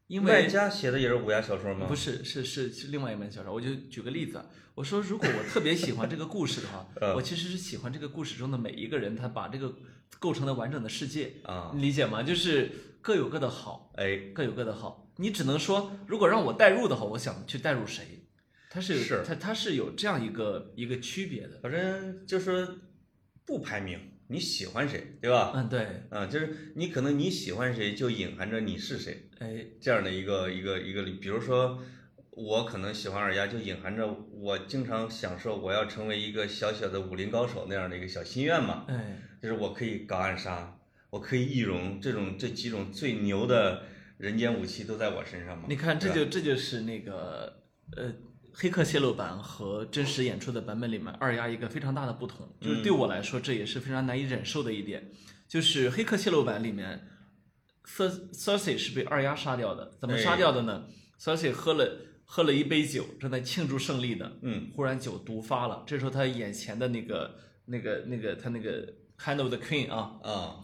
S1: 因
S2: 外
S1: 为
S2: 加写的也是武侠小说吗？，
S1: 不是，是是是另外一本小说。我就举个例子啊，我说如果我特别喜欢这个故事的话
S2: 嗯
S1: 我其实是喜欢这个故事中的每一个人，他把这个构成了完整的世界，
S2: 啊，
S1: 你理解吗？就是各有各的好，
S2: 哎，
S1: 各有各的好。你只能说，如果让我代入的话，我想去代入谁，他是有
S2: 是
S1: 他他是有这样一个一个区别的。
S2: 反正就说不排名，你喜欢谁，对吧？
S1: 嗯，对，
S2: 啊，就是你可能你喜欢谁，就隐含着你是谁
S1: 哎，
S2: 这样的一个一个一个理，比如说我可能喜欢二丫，就隐含着我经常享受我要成为一个小小的武林高手那样的一个小心愿嘛，
S1: 哎，
S2: 就是我可以搞暗杀，我可以易容，这种这几种最牛的人间武器都在我身上嘛。
S1: 你看，这
S2: 对吧啊
S1: 就这就是那个呃，黑客泄露版和真实演出的版本里面二丫一个非常大的不同，
S2: 嗯
S1: 就是对我来说这也是非常难以忍受的一点，就是黑客泄露版里面，Cer Cersei 是被二丫杀掉的，怎么
S2: 哎
S1: 杀掉的呢、c e r s e i 喝了喝了一杯酒，正在庆祝胜利呢，
S2: 嗯，
S1: 忽然酒毒发了，这时候他眼前的那个那个那个他那个 Hand of the Queen 啊，
S2: 啊、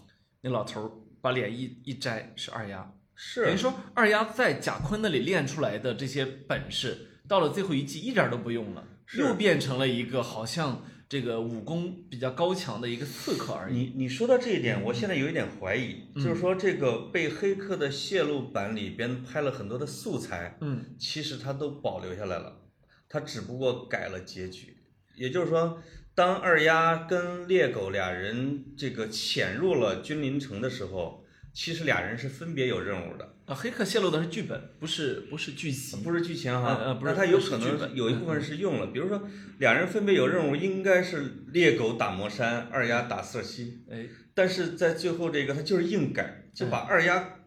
S1: 那老头儿把脸一一摘是二丫。等于
S2: 是
S1: 说二丫在贾坤那里练出来的这些本事，到了最后一季一点儿都不用了，
S2: 是
S1: 又变成了一个好像这个武功比较高强的一个刺客而已。
S2: 你你说到这一点，我现在有一点怀疑，
S1: 嗯
S2: 就是说这个被黑客的泄露版里边拍了很多的素材，
S1: 嗯，
S2: 其实它都保留下来了，它只不过改了结局。也就是说，当二丫跟猎狗俩人这个潜入了君临城的时候，其实俩人是分别有任务的，
S1: 啊，黑客泄露的是剧本，不是不是剧集，
S2: 不是剧情
S1: 呃呃
S2: 哈。
S1: 不是
S2: 那他有
S1: 不是
S2: 可
S1: 剧本嗯
S2: 能有一部分是用了，比如说俩人分别有任务，应该是猎狗打魔山，二丫打色西，
S1: 哎，
S2: 但是在最后这个他就是硬改，
S1: 嗯
S2: 就把二丫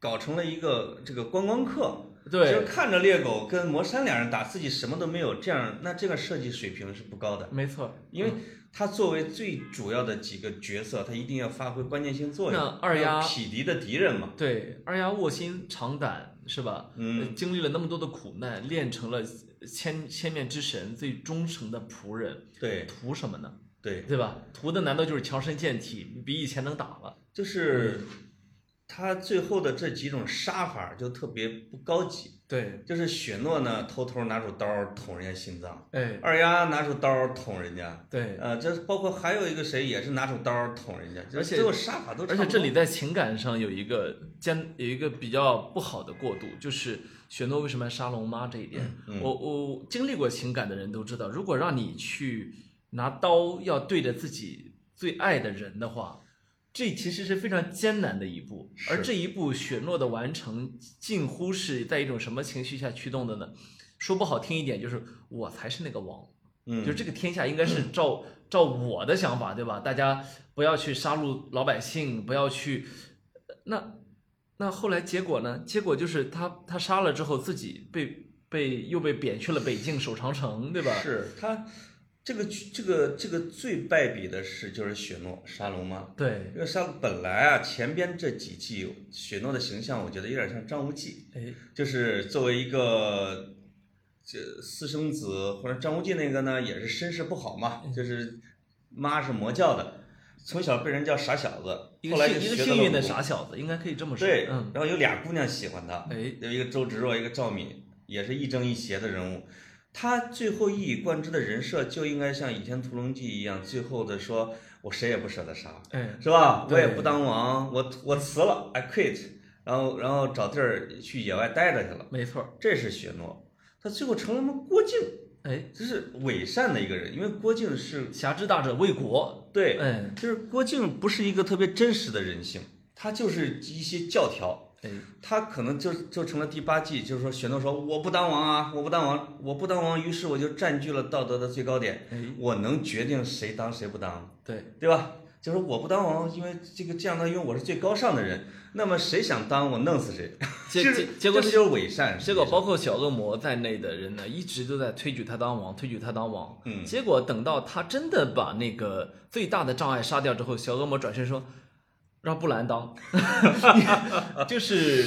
S2: 搞成了一个这个观光客。就是
S1: 对，
S2: 看着猎狗跟魔山俩人打，自己什么都没有，这样那这个设计水平是不高的，
S1: 没错，
S2: 因为他作为最主要的几个角色，他一定要发挥关键性作用。
S1: 那二丫
S2: 要匹敌的敌人嘛，
S1: 对二丫卧薪尝胆是吧？
S2: 嗯，
S1: 经历了那么多的苦难，练成了千千面之神最忠诚的仆人，
S2: 对
S1: 图什么呢？
S2: 对，
S1: 对吧？图的难道就是强身健体，比以前能打了？
S2: 就是他最后的这几种杀法就特别不高级，
S1: 对，
S2: 就是雪诺呢偷偷拿出刀捅人家心脏，
S1: 哎，
S2: 二丫拿出刀捅人家，
S1: 对，
S2: 呃，这包括还有一个谁也是拿出刀捅人家，这
S1: 而且
S2: 最后杀法都差
S1: 而
S2: 不多
S1: 且这里在情感上有一个间有一个比较不好的过渡，就是雪诺为什么要杀龙妈这一点，
S2: 嗯
S1: 我我经历过情感的人都知道，如果让你去拿刀要对着自己最爱的人的话，这其实是非常艰难的一步。
S2: 是
S1: 而这一步雪诺的完成，近乎是在一种什么情绪下驱动的呢？说不好听一点，就是我才是那个王。
S2: 嗯
S1: 就这个天下应该是照照我的想法，对吧？大家不要去杀戮老百姓，不要去。那那后来结果呢？结果就是他他杀了之后，自己被被又被贬去了北境守长城，对吧？
S2: 是他这个这个这个最败笔的是就是雪诺沙龙吗？
S1: 对，
S2: 这个沙本来啊，前边这几季雪诺的形象，我觉得有点像张无忌，
S1: 哎，
S2: 就是作为一个这私生子，或者张无忌那个呢，也是身世不好嘛，
S1: 嗯
S2: 就是妈是魔教的，从小被人叫傻小
S1: 一
S2: 子，后
S1: 个
S2: 来就
S1: 幸一个
S2: 学到
S1: 幸
S2: 了
S1: 运的
S2: 武功
S1: 傻小子，应该可以这么说。
S2: 对，
S1: 嗯，
S2: 然后有俩姑娘喜欢他，
S1: 哎，
S2: 有一个周芷若，一个赵敏，也是亦正亦邪的人物。他最后一以贯之的人设就应该像《倚天屠龙记》一样，最后的说我谁也不舍得杀，
S1: 哎，
S2: 是吧？我
S1: 对
S2: 也不当王，我我辞了，I quit，然后然后找地儿去野外待着去了。
S1: 没错儿。
S2: 这是雪诺，他最后成了么郭靖，
S1: 哎，
S2: 这是伪善的一个人，因为郭靖是
S1: 侠之大者为国。
S2: 对，
S1: 嗯，
S2: 就是郭靖不是一个特别真实的人性，他就是一些教条，
S1: 哎，
S2: 他可能就就成了第八季，就是说雪诺说我不当王啊，我不当王，我不当王，于是我就占据了道德的最高点，
S1: 哎，
S2: 我能决定谁当谁不当，
S1: 对，
S2: 对吧？就是我不当王，因为这个这样呢，因为我是最高尚的人，那么谁想当我弄死谁。
S1: 结结
S2: 其实
S1: 结果
S2: 这不就是伪善？
S1: 结果
S2: 实际上
S1: 包括小恶魔在内的人呢，一直都在推举他当王，推举他当王。
S2: 嗯
S1: 结果等到他真的把那个最大的障碍杀掉之后，小恶魔转身说：“让布兰当。” [LAUGHS] 就是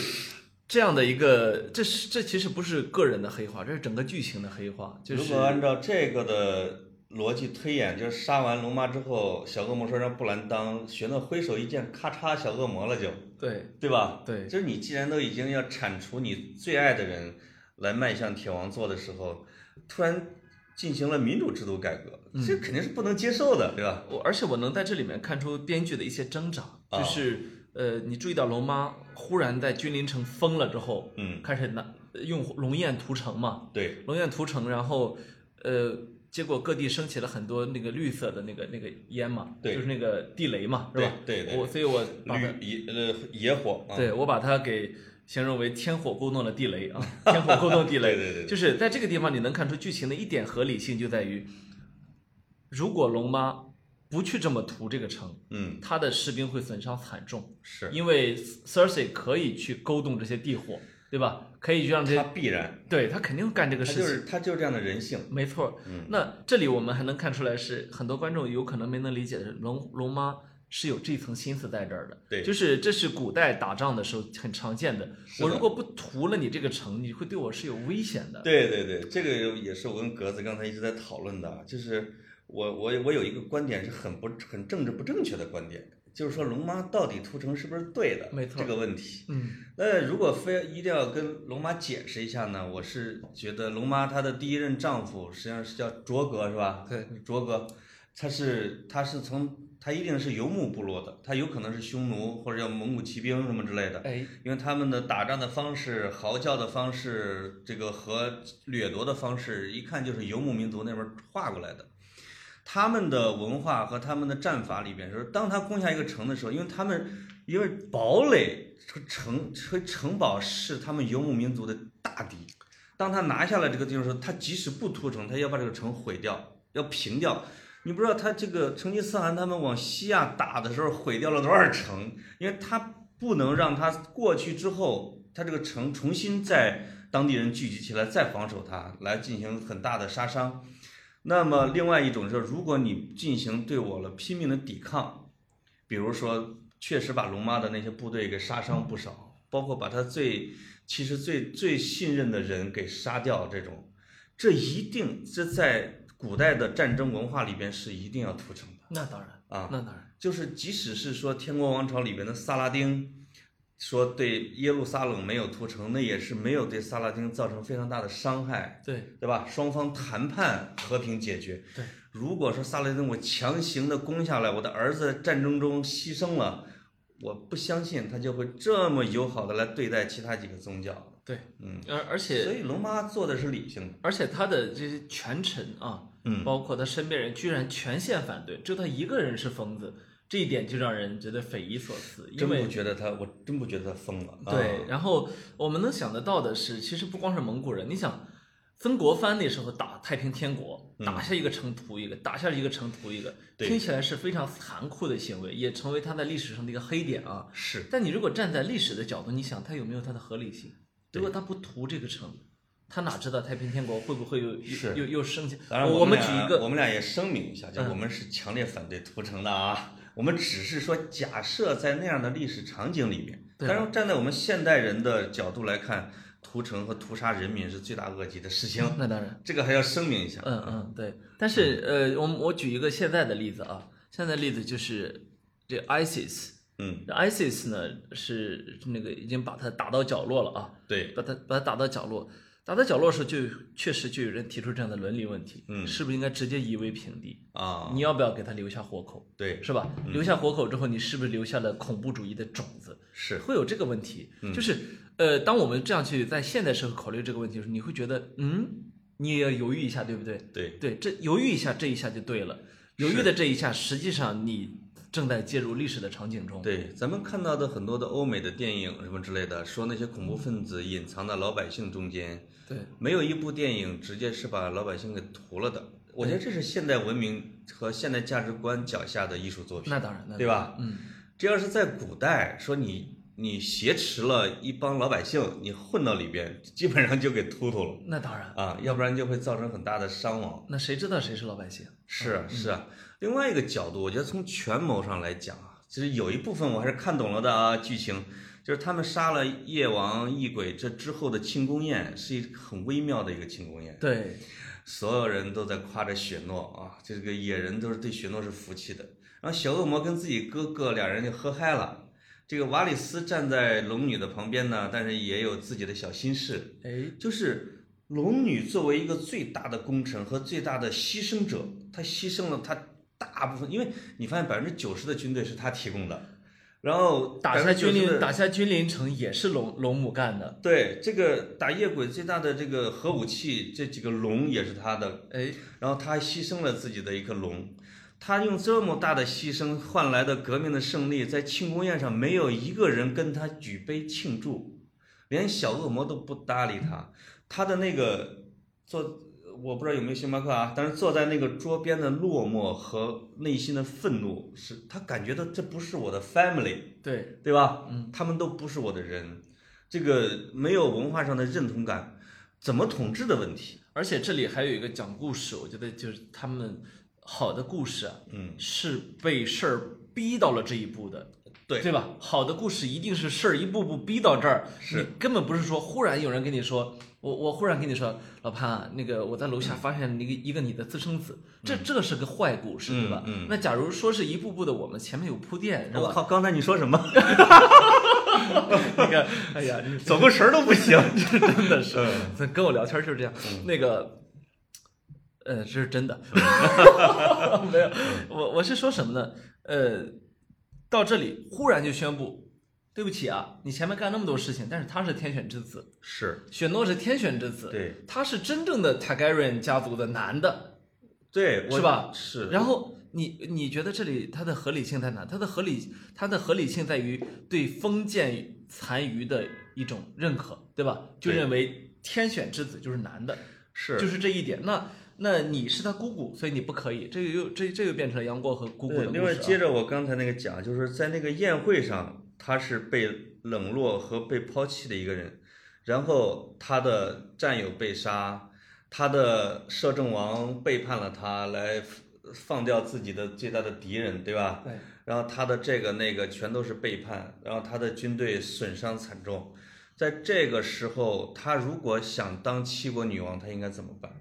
S1: 这样的一个，这是这其实不是个人的黑化，这是整个剧情的黑化，就
S2: 如
S1: 是
S2: 果按照这个的逻辑推演，就是杀完龙妈之后，小恶魔说让布兰当，雪诺挥手一剑，咔嚓，小恶魔了就，
S1: 对
S2: 对吧？
S1: 对
S2: 就是你既然都已经要铲除你最爱的人来迈向铁王座的时候，突然进行了民主制度改革，
S1: 嗯
S2: 这肯定是不能接受的，对吧？
S1: 我而且我能在这里面看出编剧的一些挣扎，
S2: 啊
S1: 就是、呃，你注意到龙妈忽然在君临城疯了之后，
S2: 嗯，
S1: 开始拿用龙焰屠城嘛，
S2: 对，
S1: 龙焰屠城，然后呃，结果各地升起了很多那个绿色的那个那个烟嘛，
S2: 对
S1: 就是那个地雷嘛，是吧？
S2: 对对对
S1: 我所以我把它，
S2: 绿野呃野火啊，
S1: 对我把它给形容为天火勾动了地雷啊，
S2: [LAUGHS]
S1: 天火勾动地雷，
S2: 对对对对
S1: 就是在这个地方你能看出剧情的一点合理性就在于，如果龙妈不去这么屠这个城，
S2: 嗯，
S1: 她的士兵会损伤惨重，
S2: 是，
S1: 因为 Cersei 可以去勾动这些地火，对吧？可以去让这
S2: 他
S1: 些，
S2: 必然，
S1: 对他肯定会干这个
S2: 他
S1: 事
S2: 就
S1: 情。
S2: 是他就是这样的人性，
S1: 没错儿，
S2: 嗯
S1: 那这里我们还能看出来是很多观众有可能没能理解的是，龙龙妈是有这层心思在这儿的。
S2: 对
S1: 就是这是古代打仗的时候很常见的。
S2: 是
S1: 我
S2: 的
S1: 如果不屠了你这个城，你会对我是有危险的。
S2: 对对对，这个也是我跟格子刚才一直在讨论的，啊就是我我我有一个观点是很不很政治不正确的观点，就是说龙妈到底屠城是不是对的？
S1: 没错
S2: 这个问题。
S1: 嗯，
S2: 那如果非要一定要跟龙妈解释一下呢，我是觉得龙妈她的第一任丈夫实际上是叫卓格是吧？
S1: 对，
S2: 卓格，他是他是从他一定是游牧部落的，他有可能是匈奴或者叫蒙古骑兵什么之类的。
S1: 哎，
S2: 因为他们的打仗的方式、嚎叫的方式，这个和掠夺的方式，一看就是游牧民族那边儿划过来的。他们的文化和他们的战法里边，就是当他攻下一个城的时候，因为他们因为堡垒和城和城堡是他们游牧民族的大敌。当他拿下了这个地方的时候，他即使不屠城，他要把这个城毁掉，要平掉。你不知道他这个成吉思汗他们往西亚打的时候毁掉了多少城，因为他不能让他过去之后，他这个城重新在当地人聚集起来再防守它，来进行很大的杀伤。那么另外一种就是，如果你进行对我了拼命的抵抗，比如说确实把龙妈的那些部队给杀伤不少，包括把他最其实最最信任的人给杀掉，这种这一定这在古代的战争文化里边是一定要屠城的。
S1: 那当然
S2: 啊，
S1: 那当然，
S2: 就是即使是说天国王朝里面的萨拉丁说对耶路撒冷没有屠城，那也是没有对萨拉丁造成非常大的伤害，
S1: 对，
S2: 对吧？双方谈判和平解决。
S1: 对，
S2: 如果说萨拉丁我强行的攻下来，我的儿子在战争中牺牲了，我不相信他就会这么友好的来对待其他几个宗教。
S1: 对，
S2: 嗯，
S1: 而而且
S2: 所以龙妈做的是理性的。
S1: 而且他的这些权臣啊，
S2: 嗯
S1: 包括他身边人，居然全线反对，就他一个人是疯子，这一点就让人觉得匪夷所思。因
S2: 真
S1: 为
S2: 不觉得他，我真不觉得他疯了。
S1: 对，
S2: 啊，
S1: 然后我们能想得到的是，其实不光是蒙古人，你想，曾国藩那时候打太平天国，打下一个城屠一个，打下一个城屠一个，
S2: 嗯对
S1: 听起来是非常残酷的行为，也成为他在历史上的一个黑点啊。
S2: 是
S1: 但你如果站在历史的角度，你想他有没有他的合理性？如果他不屠这个城，他哪知道太平天国会不会又又
S2: 是
S1: 又又升起？
S2: 当然，
S1: 我
S2: 们
S1: 举
S2: 俩
S1: 一个，嗯
S2: 我们俩也声明一下，就我们是强烈反对屠城的啊。我们只是说，假设在那样的历史场景里面，
S1: 对
S2: 但是站在我们现代人的角度来看，屠城和屠杀人民是罪大恶极的事情，
S1: 那当然，
S2: 这个还要声明一下。
S1: 嗯嗯，对。但是呃，我们我举一个现在的例子啊，现在的例子就是这 ISIS。
S2: 嗯，
S1: ISIS 呢是那个已经把它打到角落了啊，
S2: 对，
S1: 把它把它打到角落，打到角落的时候就确实就有人提出这样的伦理问题，
S2: 嗯
S1: 是不是应该直接夷为平地？
S2: 啊，嗯
S1: 你要不要给他留下活口，
S2: 对，
S1: 是吧？留下活口之后，你是不是留下了恐怖主义的种子？
S2: 是嗯
S1: 会有这个问题，就是呃，当我们这样去在现代社会考虑这个问题的时候，你会觉得嗯，你也要犹豫一下，对不对？
S2: 对，
S1: 对，这犹豫一下，这一下就对了。犹豫的这一下，实际上你正在介入历史的场景中。
S2: 对，咱们看到的很多的欧美的电影什么之类的，说那些恐怖分子隐藏在老百姓中间，
S1: 对，
S2: 没有一部电影直接是把老百姓给屠了的。我觉得这是现代文明和现代价值观脚下的艺术作品
S1: 那，当然，那
S2: 对吧？
S1: 嗯，
S2: 这要是在古代，说你你挟持了一帮老百姓，你混到里边，基本上就给突突了
S1: 那当然，
S2: 啊，要不然就会造成很大的伤亡。
S1: 那谁知道谁是老百姓？
S2: 是啊是
S1: 嗯
S2: 啊，另外一个角度，我觉得从权谋上来讲啊，其实有一部分我还是看懂了的啊，剧情就是他们杀了夜王异鬼，这之后的庆功宴是一个很微妙的一个庆功宴，
S1: 对，
S2: 所有人都在夸着雪诺啊，这个野人都是对雪诺是服气的，然后小恶魔跟自己哥哥俩人就喝嗨了。这个瓦里斯站在龙女的旁边呢，但是也有自己的小心事。
S1: 哎，
S2: 就是龙女作为一个最大的功臣和最大的牺牲者，她牺牲了她大部分，因为你发现百分之九十的军队是她提供的，然后
S1: 打下君
S2: 90%
S1: 临，
S2: 的
S1: 打下君临城也是龙龙母干的。
S2: 对这个打夜鬼最大的这个核武器，这几个龙也是她的，
S1: 哎，
S2: 然后她牺牲了自己的一颗龙。她用这么大的牺牲换来的革命的胜利，在庆功宴上没有一个人跟她举杯庆祝，连小恶魔都不搭理她。他的那个坐，我不知道有没有星巴克啊，但是坐在那个桌边的落寞和内心的愤怒，是他感觉到这不是我的 family，
S1: 对，
S2: 对吧？嗯，他们都不是我的人，这个没有文化上的认同感，怎么统治的问题？
S1: 而且这里还有一个讲故事，我觉得就是他们好的故事啊，
S2: 嗯，
S1: 是被事儿逼到了这一步的。
S2: 对
S1: 对吧？好的故事一定是事儿一步步逼到这儿，
S2: 是
S1: 你根本不是说忽然有人跟你说，我我忽然跟你说，老潘啊，那个我在楼
S2: 嗯
S1: 下发现了一个、一个你的私生子，这这是个坏故事，对吧？
S2: 嗯嗯
S1: 那假如说是一步步的，我们前面有铺垫，是
S2: 我
S1: 吧？
S2: 靠，刚才你说什么？
S1: 那个， [LAUGHS] 哎
S2: [LAUGHS]
S1: 呀，你
S2: 走个神儿都不 [LAUGHS] 行。
S1: 这真的是 [LAUGHS]
S2: 嗯，
S1: 跟我聊天就是这样。那个，呃，这是真的，[LAUGHS]
S2: 嗯
S1: 没有，我我是说什么呢？呃，到这里忽然就宣布，对不起啊，你前面干那么多事情，但是他是天选之子，
S2: 是，
S1: 雪诺是天选之子，
S2: 对，
S1: 他是真正的 Targaryen 家族的男的，
S2: 对，我
S1: 是吧
S2: 是，
S1: 然后你你觉得这里它的合理性在哪？它的合理它的合理性在于对封建残余的一种认可，对吧？就
S2: 对
S1: 认为天选之子就是男的，
S2: 是
S1: 就是这一点。那那你是他姑姑，所以你不可以。这个又这这又变成了杨过和姑姑
S2: 对
S1: 的故事、啊。
S2: 另外，接着我刚才那个讲，就是在那个宴会上，他是被冷落和被抛弃的一个人，然后他的战友被杀，他的摄政王背叛了他，来放掉自己的最大的敌人，对吧？
S1: 对
S2: 然后他的这个那个全都是背叛，然后他的军队损伤惨重。在这个时候，他如果想当七国女王，他应该怎么办？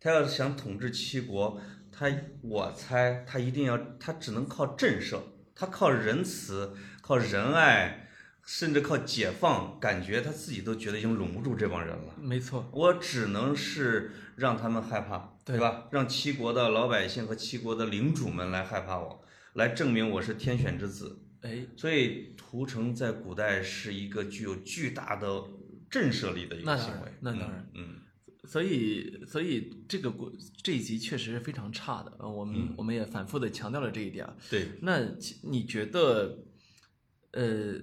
S2: 他要是想统治七国，他我猜他一定要，他只能靠震慑，他靠仁慈，靠仁爱，甚至靠解放，感觉他自己都觉得已经拢不住这帮人了。
S1: 没错，
S2: 我只能是让他们害怕，
S1: 对
S2: 对吧？让齐国的老百姓和齐国的领主们来害怕我，来证明我是天选之子。
S1: 哎，
S2: 所以屠城在古代是一个具有巨大的震慑力的一
S1: 那当
S2: 个行
S1: 然
S2: 为。
S1: 那当然
S2: 嗯，嗯，
S1: 所以所以这个故这一集确实是非常差的。呃我们、我们也反复的强调了这一点啊。
S2: 对，
S1: 那其你觉得，呃，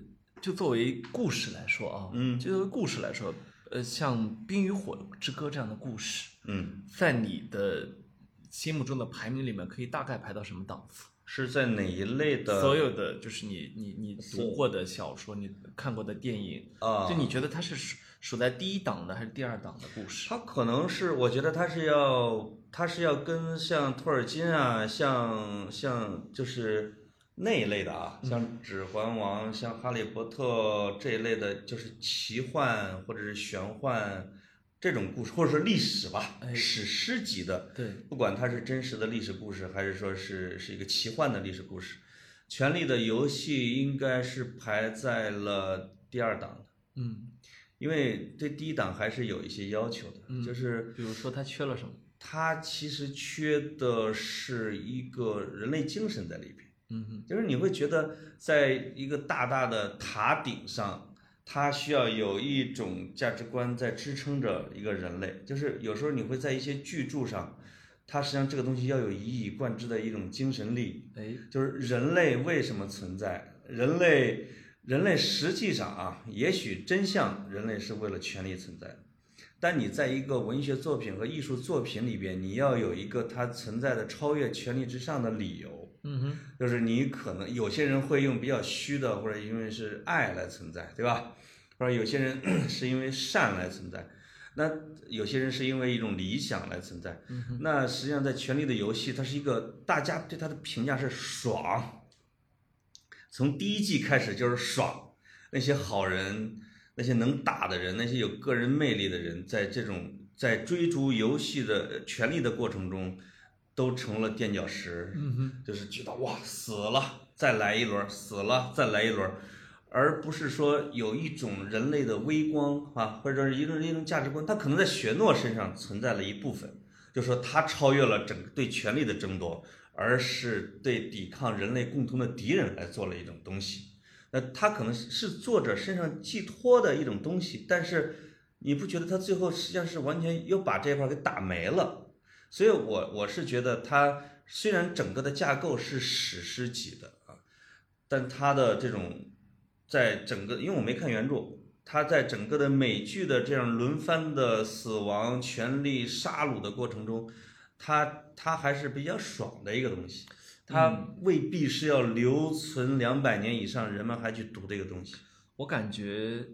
S1: 就作为故事来说啊，
S2: 嗯
S1: 就作为故事来说，呃，像《冰与火之歌》这样的故事，
S2: 嗯，
S1: 在你的心目中的排名里面，可以大概排到什么档次？
S2: 是在哪一类的？
S1: 所有的就是你你你
S2: 所
S1: 读过的小说，你看过的电影，
S2: 啊，
S1: 就你觉得它是属属在第一档的还是第二档的故事？
S2: 他可能是，我觉得他是要，他是要跟像托尔金啊，像像就是那一类的啊，
S1: 嗯
S2: 像《指环王》、像《哈利波特》这一类的，就是奇幻或者是玄幻这种故事，或者说历史吧，
S1: 哎
S2: 史诗级的，
S1: 对，
S2: 不管它是真实的历史故事，还是说是是一个奇幻的历史故事，《权力的游戏》应该是排在了第二档的。
S1: 嗯，
S2: 因为对第一档还是有一些要求的，
S1: 嗯
S2: 就是
S1: 比如说它缺了什么？
S2: 它其实缺的是一个人类精神在里边，
S1: 嗯哼，
S2: 就是你会觉得在一个大大的塔顶上，它需要有一种价值观在支撑着一个人类。就是有时候你会在一些巨著上，它实际上这个东西要有一以贯之的一种精神力，
S1: 哎，
S2: 就是人类为什么存在？人类，人类实际上啊，也许真相，人类是为了权力存在的。但你在一个文学作品和艺术作品里边，你要有一个它存在的超越权力之上的理由。
S1: 嗯哼，
S2: 就是你可能有些人会用比较虚的，或者因为是爱来存在，对吧？或者有些人 [COUGHS] 是因为善来存在，那有些人是因为一种理想来存在。
S1: 嗯
S2: 那实际上在《权力的游戏》，它是一个大家对它的评价是爽，从第一季开始就是爽，那些好人，那些能打的人，那些有个人魅力的人，在这种在追逐游戏的权力的过程中，都成了垫脚石。
S1: 嗯哼，
S2: 就是觉得哇死了，再来一轮，死了再来一轮，而不是说有一种人类的微光啊，或者是一种一种价值观，它可能在雪诺身上存在了一部分，就说他超越了整个对权力的争夺，而是对抵抗人类共同的敌人来做了一种东西。那他可能是是作者身上寄托的一种东西，但是你不觉得他最后实际上是完全又把这一块儿给打没了？所以我我是觉得它虽然整个的架构是史诗级的啊，但它的这种在整个，因为我没看原著，它在整个的美剧的这样轮番的死亡、权力、杀戮的过程中，它它还是比较爽的一个东西。它
S1: 嗯
S2: 未必是要留存两百年以上，人们还去读这个东西。
S1: 我感觉，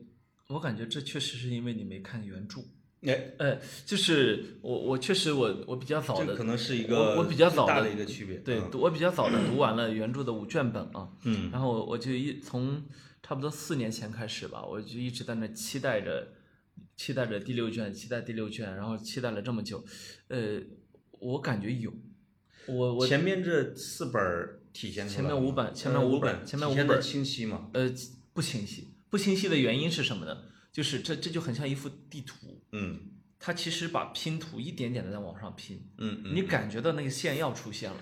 S1: 我感觉这确实是因为你没看原著。
S2: 哎，
S1: 哎，就是我，我确实我我比较早
S2: 这
S1: 的
S2: 可，能是一
S1: 我
S2: 个
S1: 我比较早
S2: 最大
S1: 的
S2: 的一个区别。
S1: 对
S2: 嗯，
S1: 我比较早的读完了原著的五卷本啊，
S2: 嗯，
S1: 然后我就一从差不多四年前开始吧，我就一直在那期待着，期待着第六卷，期待第六卷，然后期待了这么久，呃，我感觉有，我我
S2: 前面这四本儿体现出
S1: 前
S2: 来
S1: 面
S2: 了
S1: 五
S2: 吗
S1: 本前面
S2: 呃
S1: 五
S2: 五
S1: 本
S2: 本
S1: 前面
S2: 体
S1: 五
S2: 现得
S1: 本
S2: 清晰嘛？
S1: 呃不清晰，不清晰的原因是什么呢？就是这这就很像一幅地图，
S2: 嗯
S1: 它其实把拼图一点点的在往上拼，
S2: 嗯嗯，
S1: 你感觉到那个线要出现了，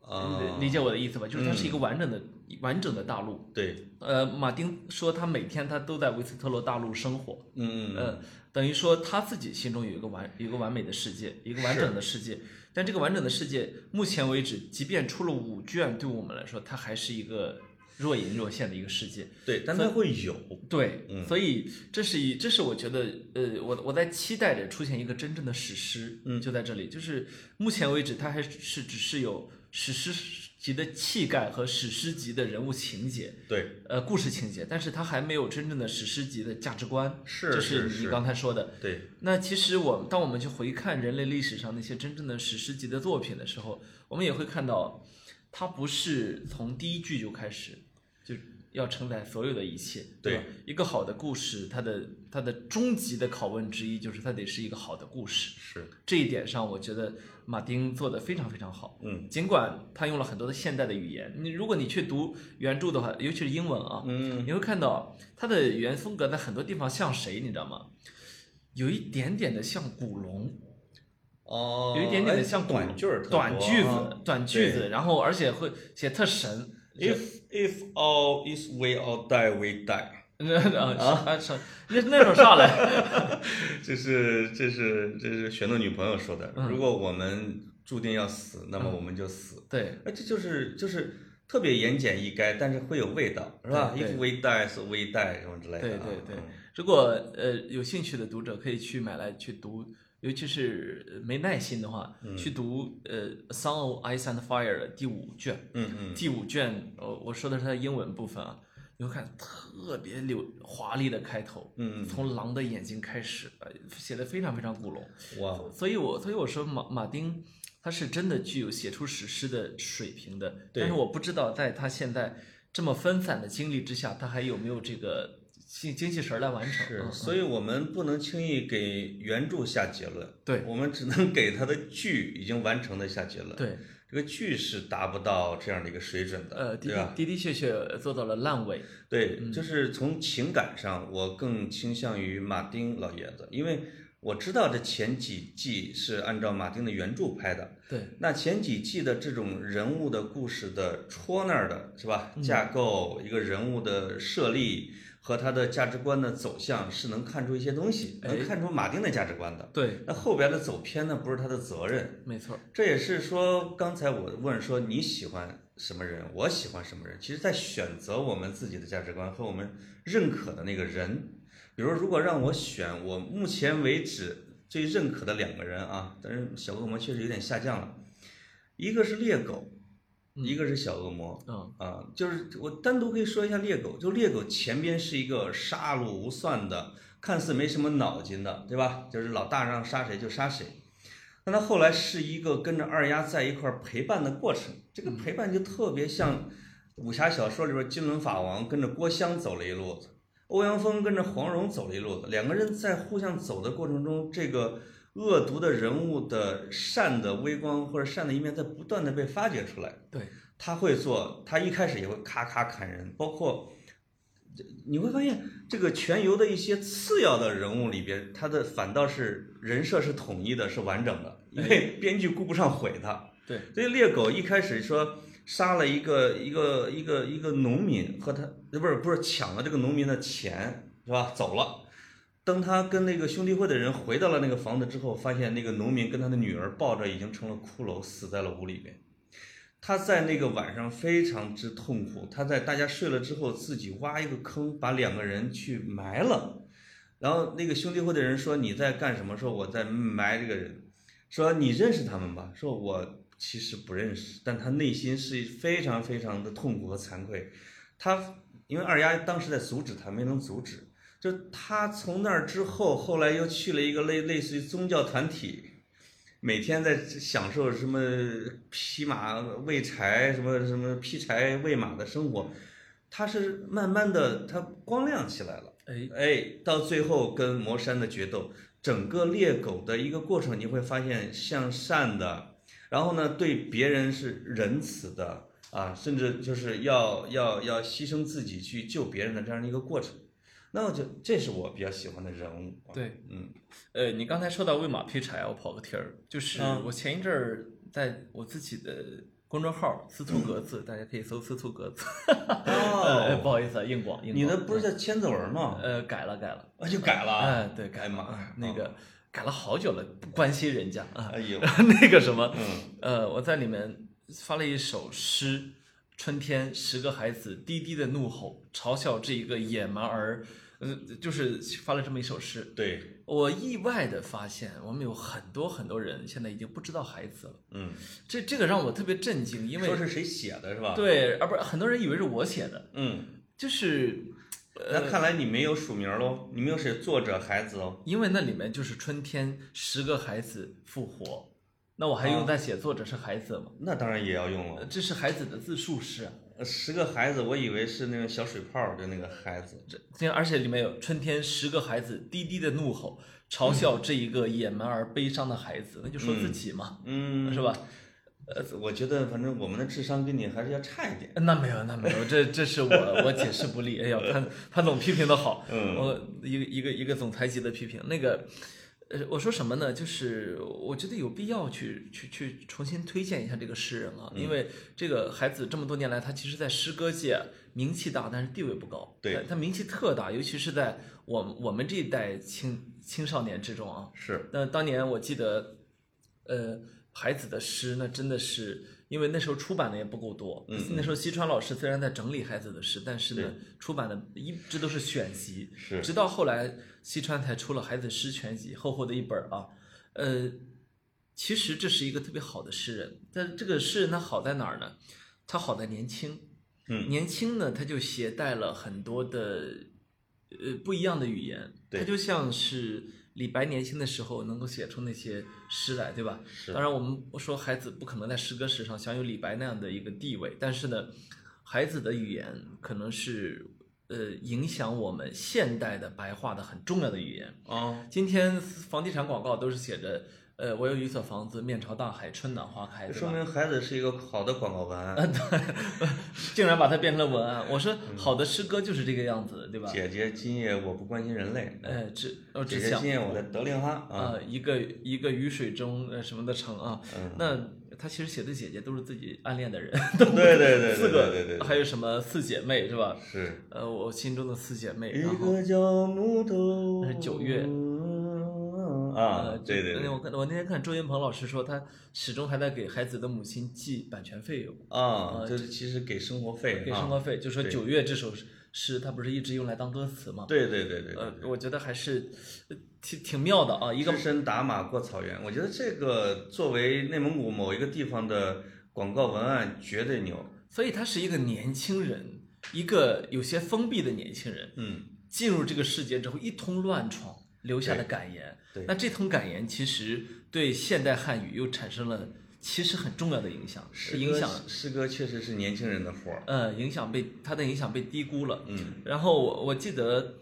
S2: 啊，嗯
S1: 理解我的意思吧？就是它是一个完整的、完整的大陆。
S2: 对，
S1: 呃，马丁说他每天他都在维斯特洛大陆生活，
S2: 嗯嗯
S1: 呃，等于说他自己心中有一个完有一个完美的世界，一个完整的世界。但这个完整的世界，目前为止，即便出了五卷，对我们来说，它还是一个若隐若现的一个世界。
S2: 对，但它会有，
S1: 对，
S2: 嗯
S1: 所以这是一，这是我觉得，呃，我我在期待着出现一个真正的史诗，嗯，就在这里，就是目前为止，它还是只是有史诗级的气概和史诗级的人物情节，
S2: 对，
S1: 呃，故事情节，但是它还没有真正的史诗级的价值观，
S2: 是
S1: 就是你
S2: 是
S1: 刚才说的，
S2: 对，
S1: 那其实我当我们去回看人类历史上那些真正的史诗级的作品的时候，我们也会看到，它不是从第一句就开始就要承载所有的一切。
S2: 对
S1: 吧，一个好的故事，它的它的终极的拷问之一就是它得是一个好的故事。
S2: 是，
S1: 这一点上，我觉得马丁做的非常非常好。
S2: 嗯
S1: 尽管他用了很多的现代的语言，你如果你去读原著的话，尤其是英文啊，
S2: 嗯，
S1: 你会看到他的语言风格在很多地方像谁，你知道吗？有一点点的像古龙，
S2: 哦，
S1: 有一点点的像
S2: 哎
S1: 古龙
S2: 短句儿特多啊，哎
S1: 短句子、短句子，然后而且会写特神。
S2: If if all is we all die we die，
S1: [LAUGHS] 啊是那那种上来， [LAUGHS]
S2: 这是这是这是玄诺女朋友说的。
S1: 嗯
S2: 如果我们注定要死，那么我们就死。
S1: 对
S2: 哎，这就是就是特别言简意赅，但是会有味道，是吧
S1: 对
S2: ？If we die 是 we die 什么之类
S1: 对
S2: 的
S1: 对
S2: 啊。
S1: 对。如果呃有兴趣的读者可以去买来去读，尤其是呃没耐心的话，
S2: 嗯
S1: 去读呃《Song of Ice and Fire》的第五卷。
S2: 嗯嗯
S1: 第五卷，呃，我说的是它英文部分啊，你会看特别流华丽的开头，
S2: 嗯
S1: 从狼的眼睛开始，呃写的非常非常古龙，
S2: 嗯，哇，
S1: 所以我所以我说马马丁他是真的具有写出史诗的水平的，但是我不知道在他现在这么分散的精力之下，他还有没有这个精精气神儿来完成？
S2: 是，
S1: 嗯
S2: 所以我们不能轻易给原著下结论，
S1: 对
S2: 我们只能给它的剧已经完成的下结论。，
S1: 对，
S2: 这个剧是达不到这样的一个水准的，
S1: 呃，的
S2: 对吧？啊
S1: 的的的确嗯确做到了烂尾，
S2: 对，就是从情感上，我更倾向于马丁老爷子，因为我知道这前几季是按照马丁的原著拍的。
S1: 对，
S2: 那前几季的这种人物的故事的戳那儿的是吧？
S1: 嗯
S2: 架构一个人物的设立和他的价值观的走向是能看出一些东西，能看出马丁的价值观的。
S1: 哎对，
S2: 那后边的走偏呢，不是他的责任，
S1: 没错，
S2: 这也是说，刚才我问说你喜欢什么人，我喜欢什么人，其实在选择我们自己的价值观和我们认可的那个人。比如，如果让我选，我目前为止最认可的两个人啊，但是小恶魔确实有点下降了，一个是猎狗，一个是小恶魔。
S1: 嗯。
S2: 啊，就是我单独可以说一下猎狗，就猎狗前边是一个杀戮无算的，看似没什么脑筋的，对吧？就是老大让杀谁就杀谁。那他后来是一个跟着二丫在一块儿陪伴的过程，这个陪伴就特别像武侠小说里边金轮法王跟着郭襄走了一路子，欧阳锋跟着黄蓉走了一路子，两个人在互相走的过程中，这个恶毒的人物的善的微光或者善的一面在不断的被发掘出来。
S1: 对，
S2: 他会做，他一开始也会咔咔砍人，包括这你会发现这个全游的一些次要的人物里边，他的反倒是人设是统一的，是完整的，因为编剧顾不上毁他。
S1: 对，
S2: 所以猎狗一开始说杀了一个一个一个一个农民和他呃不是不是抢了这个农民的钱是吧？走了。当他跟那个兄弟会的人回到了那个房子之后，发现那个农民跟他的女儿抱着已经成了骷髅，死在了屋里边。他在那个晚上非常之痛苦，他在大家睡了之后，自己挖一个坑，把两个人去埋了。然后那个兄弟会的人说：“你在干什么？”说：“我在埋这个人。”说：“你认识他们吧？”说：“我其实不认识。”但他内心是非常非常的痛苦和惭愧。他因为二丫当时在阻止他，没能阻止。就他从那儿之后，后来又去了一个类类似于宗教团体，每天在享受什么匹马喂柴，什么什么劈柴喂马的生活，他是慢慢的他光亮起来了，
S1: 哎，
S2: 哎，到最后跟魔山的决斗，整个猎狗的一个过程，你会发现向善的，然后呢对别人是仁慈的啊，甚至就是要要要牺牲自己去救别人的这样的一个过程，那我就这是我比较喜欢的人物，
S1: 对，
S2: 嗯，
S1: 呃，你刚才说到喂马劈柴，我跑个题儿，就是
S2: 嗯
S1: 我前一阵儿在我自己的公众号“司徒格子”，大家可以搜“司徒格子”。 [LAUGHS] 呃，
S2: 嗯哦，
S1: 不好意思啊，硬广硬广。
S2: 你的不是叫千字文吗？
S1: 呃改了改了，
S2: 啊，就改了。
S1: 哎对改
S2: 哎
S1: 了
S2: 妈
S1: 啊
S2: 呀，
S1: 那个改了好久了，不关心人家啊。 [LAUGHS]
S2: 哎呦，
S1: 那个什么，
S2: 嗯，
S1: 呃，我在里面发了一首诗，《春天》，十个孩子低低的怒吼，嘲笑这一个野蛮儿，呃，就是发了这么一首诗。
S2: 对，
S1: 我意外的发现，我们有很多很多人现在已经不知道孩子了，
S2: 嗯，
S1: 这这个让我特别震惊，因
S2: 说
S1: 为
S2: 是谁写的是吧？，
S1: 对，啊，不是很多人以为是我写的，
S2: 嗯，
S1: 就是呃
S2: 那看来你没有署名喽，你没有写作者孩子哦。
S1: 因为那里面就是春天十个孩子复活，那我还
S2: 啊
S1: 用在写作者是孩子吗？
S2: 那当然也要用
S1: 呃
S2: 了。
S1: 这是孩子的自述诗、啊，
S2: 呃十个孩子，我以为是那个小水泡儿的那个孩子。
S1: 这这而且里面有春天十个孩子低低的怒吼，嘲笑这一个野蛮而悲伤的孩子，那就说自己嘛，
S2: 嗯，呃
S1: 是吧？
S2: 我觉得反正我们的智商跟你还是要差一点。
S1: 那没有，那没有，这这是我我解释不力。哎呀，潘潘总批评的好，
S2: 嗯
S1: 我一个一个一个总裁级的批评。那个，呃，我说什么呢？就是我觉得有必要去去去重新推荐一下这个诗人
S2: 嗯
S1: 啊，因为这个孩子这么多年来，他其实在诗歌界名气大，但是地位不高。呃
S2: 对
S1: 他他名气特大，尤其是在我们我们这一代青青少年之中啊。
S2: 是，
S1: 那当年我记得，呃，孩子的诗那真的是，因为那时候出版的也不够多。
S2: 嗯嗯
S1: 那时候西川老师虽然在整理孩子的诗，但是呢，出版的一直都是选集，
S2: 是
S1: 直到后来西川才出了《孩子诗全集》，厚厚的一本儿啊。呃，其实这是一个特别好的诗人，但这个诗人他好在哪儿呢？他好在年轻，
S2: 嗯
S1: 年轻呢，他就携带了很多的呃不一样的语言，
S2: 对
S1: 他就像是李白年轻的时候能够写出那些诗来，对吧？
S2: 是
S1: 当然，我们说孩子不可能在诗歌史上享有李白那样的一个地位，但是呢，孩子的语言可能是呃影响我们现代的白话的很重要的语言。
S2: 啊，
S1: 今天房地产广告都是写着，呃，我有一所房子，面朝大海，春暖花开，对吧？
S2: 说明孩子是一个好的广告文案。
S1: [LAUGHS] 竟然把它变成了文案。我说
S2: 嗯
S1: 好的诗歌就是这个样子的，对吧？
S2: 姐姐，今夜我不关心人类。
S1: 呃，只嗯我
S2: 姐
S1: 只
S2: 姐，
S1: 想
S2: 今夜我在德令哈啊。
S1: 啊，一个一个雨水中呃什么的城啊，
S2: 嗯，
S1: 那他其实写的姐姐都是自己暗恋的人，
S2: 对对对对
S1: 呃四
S2: 对
S1: 个，
S2: 对对对，
S1: 还有什么四姐妹是吧？
S2: 是。
S1: 呃，我心中的四姐妹，
S2: 一
S1: 然后。
S2: 个叫木头，
S1: 那是九月
S2: 啊
S1: 呃，，
S2: 对对
S1: 就
S2: 对
S1: 我，看我那天看周云鹏老师说，他始终还在给孩子的母亲寄版权费用，
S2: 啊，就是其实给生活费，
S1: 呃给生活
S2: 啊，
S1: 费，就说《
S2: 对
S1: 九月》这首诗，他不是一直用来当歌词吗？
S2: 对对对对对
S1: 呃，，我觉得还是呃挺挺妙的啊，一
S2: 一
S1: 个
S2: 个身打马过草原，我觉得这个作为内蒙古某一个地方的广告文案绝对牛，
S1: 所以他是一个年轻人，一个有些封闭的年轻人，
S2: 嗯，
S1: 进入这个世界之后一通乱闯留下的感言。
S2: 对对
S1: 那这通感言其实对现代汉语又产生了其实很重要的影响，
S2: 诗
S1: 影
S2: 歌
S1: 响，
S2: 诗歌确实是年轻人的活儿，
S1: 呃，影响被他的影响被低估了。
S2: 嗯，
S1: 然后我我记得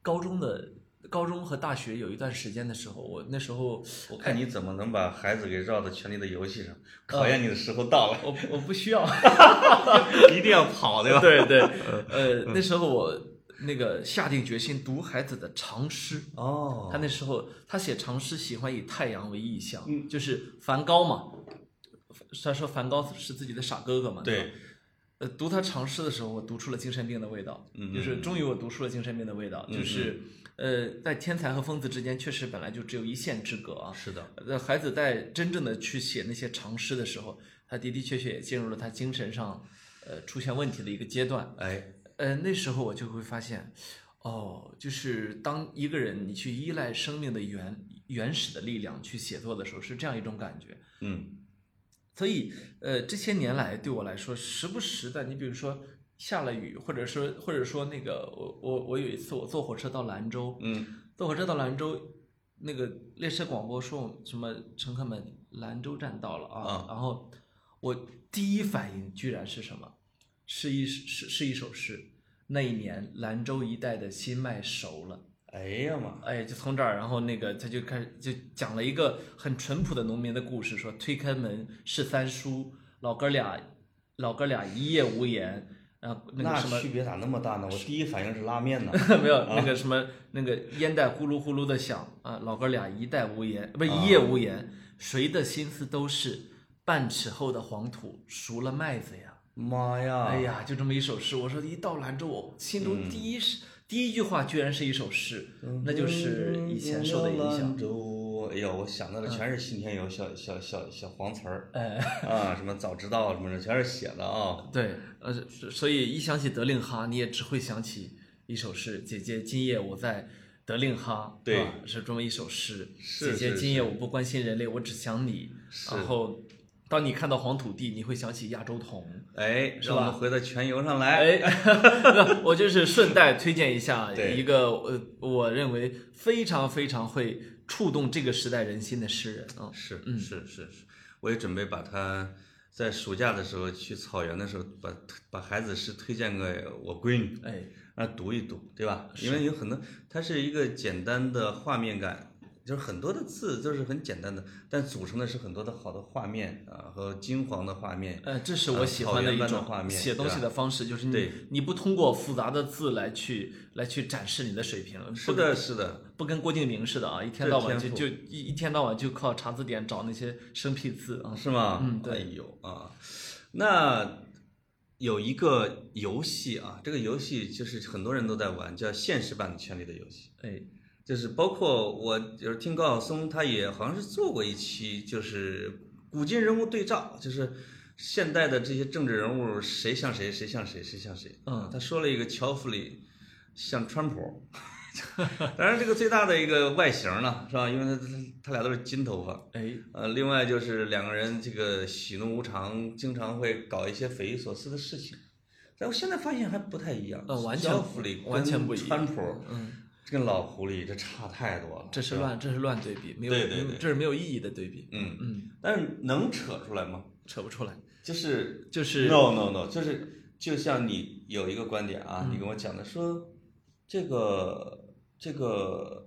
S1: 高中的高中和大学有一段时间的时候，我那时候
S2: 我看你怎么能把孩子给绕到《权力的游戏》上，考验你的时候到了，
S1: 我我不需要。
S2: [LAUGHS] 一定要跑，对吧？
S1: 对对，呃，那时候我那个下定决心读孩子的长诗。
S2: 哦，
S1: 他那时候他写长诗喜欢以太阳为意象，
S2: 嗯
S1: 就是梵高嘛。他说梵高是自己的傻哥哥嘛。吧
S2: 对，
S1: 呃，读他长诗的时候，我读出了精神病的味道，
S2: 嗯
S1: 就是终于我读出了精神病的味道，就是呃，在天才和疯子之间，确实本来就只有一线之隔啊。
S2: 是的，
S1: 呃，孩子在真正的去写那些长诗的时候，他的的确确也进入了他精神上呃出现问题的一个阶段。
S2: 哎，
S1: 呃，那时候我就会发现，哦，就是当一个人你去依赖生命的原原始的力量去写作的时候，是这样一种感觉。
S2: 嗯，
S1: 所以，呃，这些年来对我来说，时不时的，你比如说下了雨，或者说或者说那个，我我我有一次我坐火车到兰州，
S2: 嗯，
S1: 坐火车到兰州，那个列车广播说什么乘客们，兰州站到了啊，
S2: 啊
S1: 然后我第一反应居然是什么？是一是是一首诗。那一年，兰州一带的新麦熟了，
S2: 哎呀妈，
S1: 哎，就从这儿，然后那个他就开始就讲了一个很淳朴的农民的故事，说推开门是三叔，老哥俩，老哥俩一夜无言，然后那个什么
S2: 区别咋那么大呢？我第一反应是拉面 [LAUGHS] 呢。
S1: [LAUGHS] 没有那个什么那个烟袋呼噜呼噜的响啊，老哥俩一代无言，不是
S2: 啊
S1: 一夜无言，谁的心思都是。半尺厚的黄土熟了麦子呀。
S2: 妈呀！
S1: 哎呀，就这么一首诗。我说一到兰州，我心中第一是、第一句话居然是一首诗，
S2: 嗯
S1: 那就是以前受的影响。
S2: 响。哎呀，我想到的全是信天游小小小小黄词儿
S1: 哎，
S2: 啊，什么早知道什么的，全是写的啊。
S1: 对，呃，是所以一想起德令哈，你也只会想起一首诗：“姐姐，今夜我在德令哈。”
S2: 对
S1: 啊是这么一首诗。
S2: 是
S1: 姐姐，
S2: 是
S1: 今夜我不关心人类，我只想你。
S2: 是
S1: 然后，当你看到黄土地，你会想起亚洲桐。
S2: 哎，
S1: 是
S2: 让我
S1: 吧
S2: 们回到全游上来。
S1: 哎， [LAUGHS] 那我就是顺带推荐一下
S2: 对
S1: 一个呃，我认为非常非常会触动这个时代人心的诗人啊。
S2: 是是是是，我也准备把他在暑假的时候去草原的时候把，把孩子诗推荐给我闺女，
S1: 哎，
S2: 让她读一读，对吧？因为有很多，它是一个简单的画面感，就是很多的字就是很简单的，但组成的是很多的好的画面啊和金黄的画面。
S1: 呃，这是我
S2: 呃
S1: 喜
S2: 草
S1: 欢的
S2: 原
S1: 一
S2: 般的
S1: 种
S2: 画面
S1: 写
S2: 对
S1: 东西
S2: 吧
S1: 的方式，就是你
S2: 对
S1: 你不通过复杂的字来去来去展示你的水平，
S2: 是
S1: 不跟
S2: 的，是的，
S1: 不跟郭敬明似的啊，一天
S2: 这
S1: 到晚就
S2: 天赋
S1: 就一一天到晚就靠查字典找那些生僻字啊。
S2: 是吗？
S1: 嗯
S2: 哎呦啊，那有一个游戏啊，这个游戏就是很多人都在玩，叫现实版的《权力的游戏》。
S1: 哎，
S2: 就是包括我就是听高晓松，他也好像是做过一期，就是古今人物对照，就是现代的这些政治人物谁像谁，谁像谁，谁像谁。
S1: 嗯
S2: 他说了一个乔弗里像川普， [LAUGHS] 当然这个最大的一个外形呢，是吧？因为他他他俩都是金头发。
S1: 哎，
S2: 呃，另外就是两个人这个喜怒无常，经常会搞一些匪夷所思的事情。但我现在发现还不太一样，
S1: 呃完全
S2: 乔弗里
S1: 完全不一样
S2: 川普，
S1: 嗯，
S2: 跟老狐狸这差太多了。
S1: 这是乱，这是乱对比，没有，
S2: 对对对
S1: 这是没有意义的对比，
S2: 嗯，
S1: 嗯，
S2: 但是能扯出来吗？
S1: 扯不出来，
S2: 就是
S1: 就是。
S2: no no no，就是就像你有一个观点啊，
S1: 嗯
S2: 你跟我讲的说，这个这个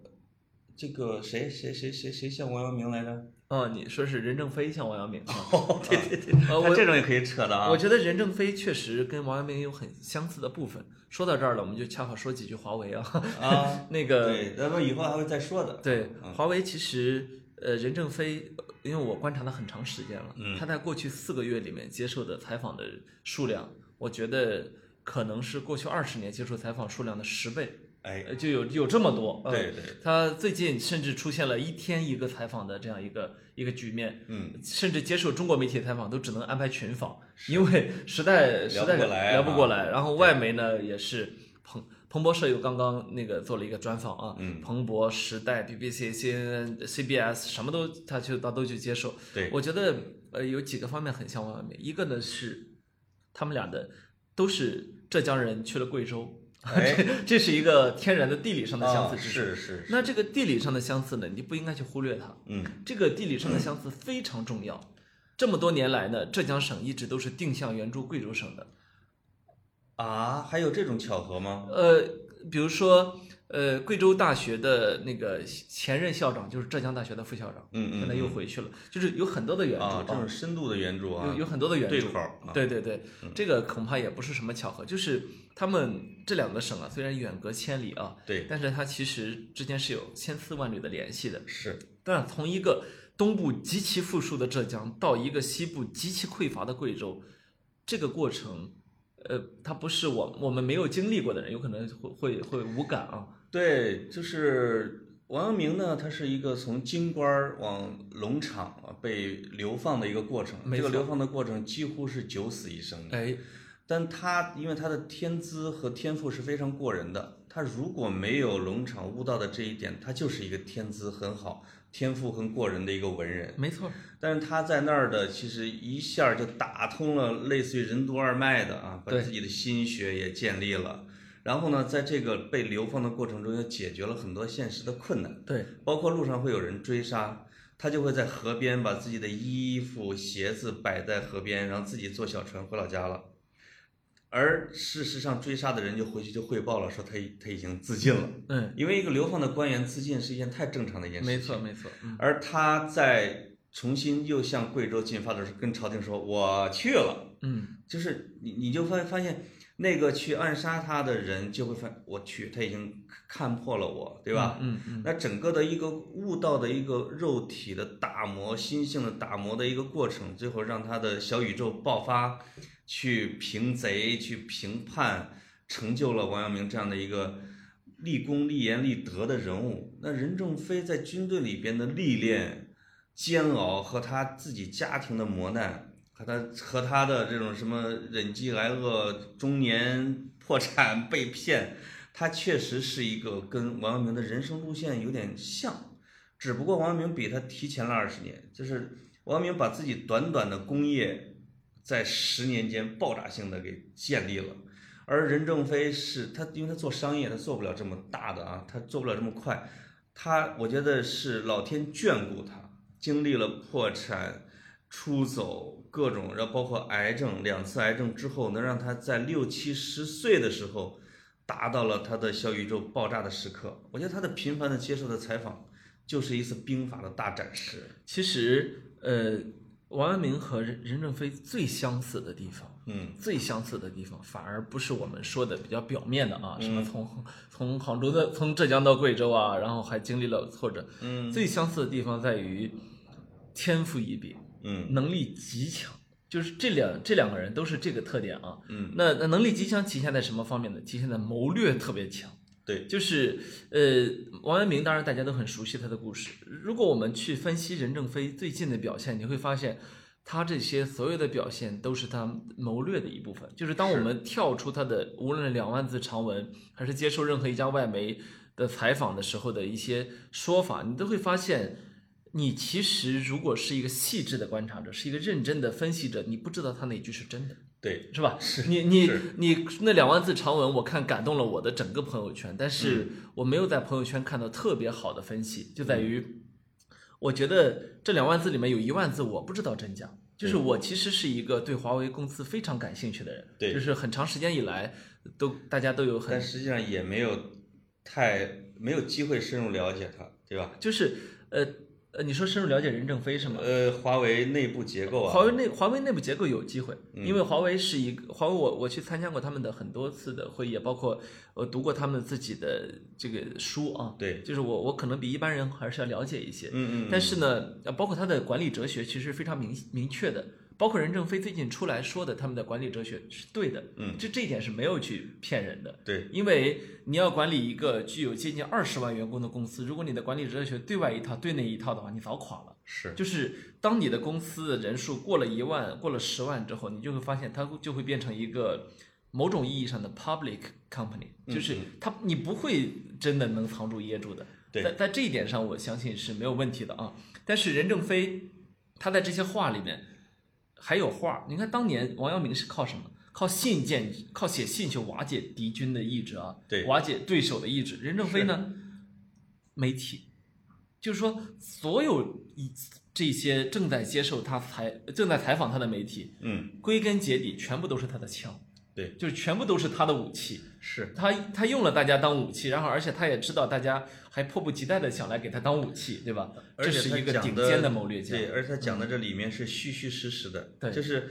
S2: 这个谁谁谁谁谁像王阳明来着？
S1: 哦，你说是任正非像王阳明？
S2: 哦，对对对，
S1: 呃
S2: 他
S1: 我
S2: 这种也可以扯的啊。
S1: 我觉得任正非确实跟王阳明有很相似的部分。说到这儿了，我们就恰好说几句华为啊。
S2: 啊，
S1: [LAUGHS] 那个
S2: 对，咱们以后还会再说的。
S1: 对
S2: 嗯
S1: 华为其实呃，任正非，呃因为我观察了很长时间了，
S2: 嗯
S1: 他在过去四个月里面接受的采访的数量，我觉得可能是过去二十年接受采访数量的十倍，
S2: 哎，
S1: 呃就有有这么多。呃
S2: 对对，
S1: 他最近甚至出现了一天一个采访的这样一个一个局面，
S2: 嗯，
S1: 甚至接受中国媒体的采访都只能安排群访，因为实在实在
S2: 聊不过来啊
S1: 聊不过来。然后外媒呢也是彭彭博社又刚刚那个做了一个专访啊，
S2: 嗯
S1: 彭博、时代、BBC、CNN、CBS 什么都他去他都去接受。
S2: 对，
S1: 我觉得呃有几个方面很像王阳明，一个呢是他们俩的都是浙江人去了贵州，
S2: 哎
S1: [LAUGHS] 这是一个天然的地理上的相
S2: 啊
S1: 似之处。
S2: 是是，
S1: 那这个地理上的相似呢，你就不应该去忽略它。
S2: 嗯，
S1: 这个地理上的相似非常重要。这么多年来呢，浙江省一直都是定向援助贵州省的。
S2: 啊，还有这种巧合吗？
S1: 呃，比如说，呃，贵州大学的那个前任校长就是浙江大学的副校长，
S2: 嗯嗯
S1: 现在又回去了，就是有很多的援助
S2: 啊，这
S1: 啊
S2: 种深度的援助啊，
S1: 有有很多的援
S2: 对
S1: 助
S2: 口儿啊
S1: 对对对，这个恐怕也不是什么巧合，就是他们这两个省啊，虽然远隔千里啊，
S2: 对，
S1: 但是它其实之间是有千丝万缕的联系的。
S2: 是，
S1: 但从一个东部极其富庶的浙江到一个西部极其匮乏的贵州，这个过程，呃，它不是我我们没有经历过的人，有可能会会会无感啊。
S2: 对，就是王阳明呢，他是一个从京官儿往农场啊被流放的一个过程，
S1: 没
S2: 这个
S1: 错
S2: 流放的过程几乎是九死一生的。
S1: 哎，
S2: 但他因为他的天资和天赋是非常过人的，他如果没有农场悟道的这一点，他就是一个天资很好、天赋很过人的一个文人。
S1: 没错，
S2: 但是他在那儿的，其实一下就打通了类似于任督二脉的啊，把
S1: 对
S2: 自己的心学也建立了。然后呢，在这个被流放的过程中，又解决了很多现实的困难，
S1: 对，
S2: 包括路上会有人追杀，他就会在河边把自己的衣服、鞋子摆在河边，然后自己坐小船回老家了。而事实上，追杀的人就回去就汇报了，说他已他已经自尽了，
S1: 嗯，
S2: 因为一个流放的官员自尽是一件太正常的一件事情。
S1: 没错没错，嗯，
S2: 而他在重新又向贵州进发的时候，跟朝廷说：“我去了。
S1: 嗯，”
S2: 就是你，你就发发现那个去暗杀他的人就会发，我去，他已经看破了我，对吧？
S1: 嗯嗯，
S2: 那整个的一个悟道的一个肉体的打磨、心性的打磨的一个过程，最后让他的小宇宙爆发，去平贼、去平叛，成就了王阳明这样的一个立功、立言、立德的人物。那任正非在军队里边的历练、煎熬和他自己家庭的磨难，和他和他的这种什么忍饥挨饿、中年破产、被骗。他确实是一个跟王阳明的人生路线有点像，只不过王阳明比他提前了二十年，就是王阳明把自己短短的功业在十年间爆炸性的给建立了，而任正非是他，因为他做商业，他做不了这么大的啊，他做不了这么快，他我觉得是老天眷顾他，经历了破产、出走各种，然后包括癌症，两次癌症之后，能让他在六七十岁的时候。达到了他的小宇宙爆炸的时刻。我觉得他的频繁的接受的采访，就是一次兵法的大展示。
S1: 其实呃，王阳明和任任正非最相似的地方，
S2: 嗯，
S1: 最相似的地方，反而不是我们说的比较表面的啊，什么从从杭州的从浙江到贵州啊，然后还经历了挫折，
S2: 嗯，
S1: 最相似的地方在于天赋异禀，
S2: 嗯
S1: 能力极强。就是这两这两个人都是这个特点啊，
S2: 嗯，
S1: 那那能力极强体现在什么方面呢？体现在谋略特别强，
S2: 对，
S1: 就是呃，王阳明当然大家都很熟悉他的故事。如果我们去分析任正非最近的表现，你会发现他这些所有的表现都是他谋略的一部分。就是当我们跳出他的无论是两万字长文，还是接受任何一家外媒的采访的时候的一些说法，你都会发现。你其实如果是一个细致的观察者，是一个认真的分析者，你不知道他哪句是真的。
S2: 对，
S1: 是吧？你你
S2: [LAUGHS] 是
S1: 你那两万字长文，我看感动了我的整个朋友圈，但
S2: 嗯
S1: 是我没有在朋友圈看到特别好的分析，就在于，我觉得这两万字里面有一万字我不知道真假，就是
S2: 嗯
S1: 我其实是一个对华为公司非常感兴趣的人，
S2: 对
S1: 就是很长时间以来都大家都有很
S2: 但实际上也没有太没有机会深入了解他，对吧？
S1: 就是呃呃，你说深入了解任正非是吗？
S2: 呃，华为内部结构啊，
S1: 华为内华为内部结构有机会，
S2: 嗯
S1: 因为华为是一个华为我，我去参加过他们的很多次的会议，也包括我读过他们自己的这个书啊。
S2: 对
S1: 就是我我可能比一般人还是要了解一些，
S2: 嗯嗯，
S1: 但是呢，呃包括他的管理哲学其实非常明明确的，包括任正非最近出来说的他们的管理哲学是对的，
S2: 嗯，
S1: 这这一点是没有去骗人的。
S2: 对，
S1: 因为你要管理一个具有接近二十万员工的公司，如果你的管理哲学对外一套、对内一套的话，你早垮了。
S2: 是，
S1: 就是当你的公司的人数过了一万、过了十万之后，你就会发现它就会变成一个某种意义上的 public company，就是
S2: 嗯
S1: 它你不会真的能藏住掖住的。
S2: 对
S1: 在在这一点上，我相信是没有问题的啊。但是任正非他在这些话里面还有话儿，你看当年王阳明是靠什么？靠信件，靠写信去瓦解敌军的意志啊，
S2: 对
S1: 瓦解对手的意志。任正非呢，媒体，就是说，所有以这些正在接受他采正在采访他的媒体，
S2: 嗯，
S1: 归根结底全部都是他的枪，
S2: 对，
S1: 就是全部都是他的武器。
S2: 是，
S1: 他他用了大家当武器，然后而且他也知道大家还迫不及待的想来给他当武器，对吧？
S2: 而
S1: 这
S2: 且
S1: 是
S2: 他
S1: 一个
S2: 讲
S1: 顶
S2: 的
S1: 尖的谋略家。
S2: 对，嗯而他讲的这里面是虚虚实实的，
S1: 对
S2: 就是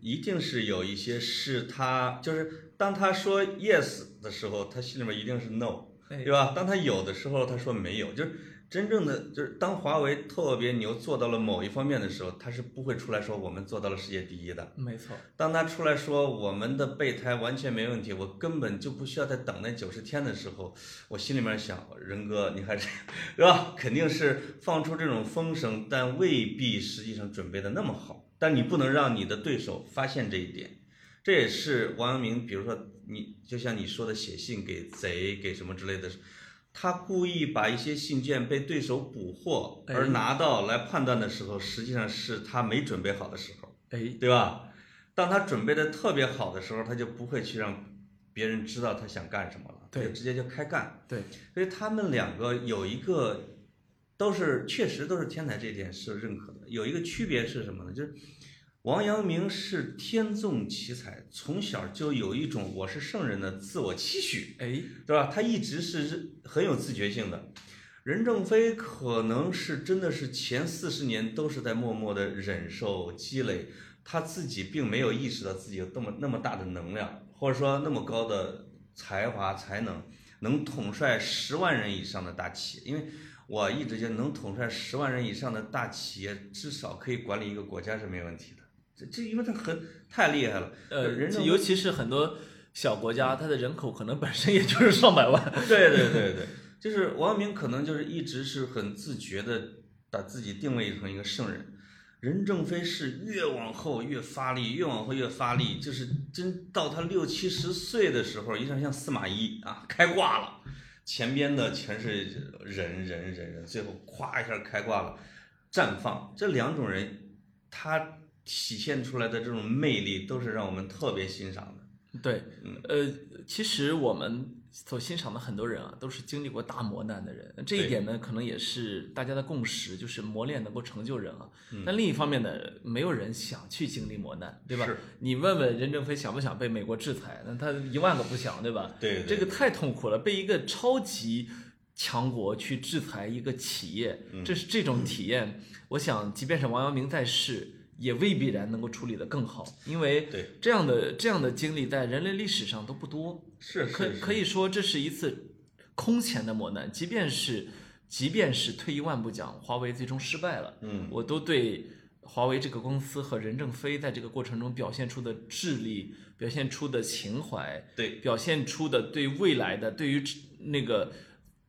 S2: 一定是有一些是他，就是当他说 yes 的时候，他心里面一定是 no，
S1: 哎
S2: 对吧？当他有的时候，他说没有，就是真正的就是当华为特别牛做到了某一方面的时候，他是不会出来说我们做到了世界第一的。
S1: 没错，
S2: 当他出来说我们的备胎完全没问题，我根本就不需要再等那九十天的时候，我心里面想，仁哥你还是对吧？肯定是放出这种风声，但未必实际上准备的那么好。但你不能让你的对手发现这一点，这也是王阳明，比如说你就像你说的写信给贼给什么之类的，他故意把一些信件被对手捕获
S1: 哎
S2: 而拿到来判断的时候，实际上是他没准备好的时候。
S1: 哎，
S2: 对吧？当他准备的特别好的时候，他就不会去让别人知道他想干什么了，
S1: 对
S2: 就直接就开干。
S1: 对，
S2: 所以他们两个有一个都是确实都是天才，这一点是认可的。有一个区别是什么呢？就是王阳明是天纵奇才，从小就有一种我是圣人的自我期许。
S1: 哎，
S2: 对吧？他一直是很有自觉性的。任正非可能是真的是前四十年都是在默默的忍受积累，他自己并没有意识到自己有那么那么大的能量。或者说那么高的才华才能，能统帅十万人以上的大企业，因为我一直觉得能统帅十万人以上的大企业，至少可以管理一个国家是没问题的。这这因为他很太厉害了，
S1: 呃，
S2: 人
S1: 这
S2: 的
S1: 尤其是很多小国家，它的人口可能本身也就是上百万。
S2: [LAUGHS] 对对对对，就是王阳明可能就是一直是很自觉的把自己定位成一个圣人。任正非是越往后越发力，越往后越发力，就是真到他六七十岁的时候，有点像司马懿啊，开挂了。前边的全是人人人人，最后咵一下开挂了，绽放。这两种人，他体现出来的这种魅力，都是让我们特别欣赏的。
S1: 对
S2: 嗯，
S1: 呃，其实我们所欣赏的很多人啊，都是经历过大磨难的人。这一
S2: 对
S1: 点呢，可能也是大家的共识，就是磨练能够成就人啊。
S2: 嗯
S1: 但另一方面呢，没有人想去经历磨难，对吧
S2: 是？
S1: 你问问任正非想不想被美国制裁？那他一万个不想，对吧？
S2: 对对
S1: 这个太痛苦了，被一个超级强国去制裁一个企业，
S2: 嗯
S1: 这是这种体验。我想，即便是王阳明在世。也未必然能够处理得更好，因为
S2: 对
S1: 这样的这样的经历在人类历史上都不多，
S2: 是
S1: 可
S2: 是
S1: 可
S2: 以
S1: 以说这是一次空前的磨难。即便是即便是退一万步讲，华为最终失败了，
S2: 嗯，
S1: 我都对华为这个公司和任正非在这个过程中表现出的智力、表现出的情怀、
S2: 对
S1: 表现出的对未来的、对于这那个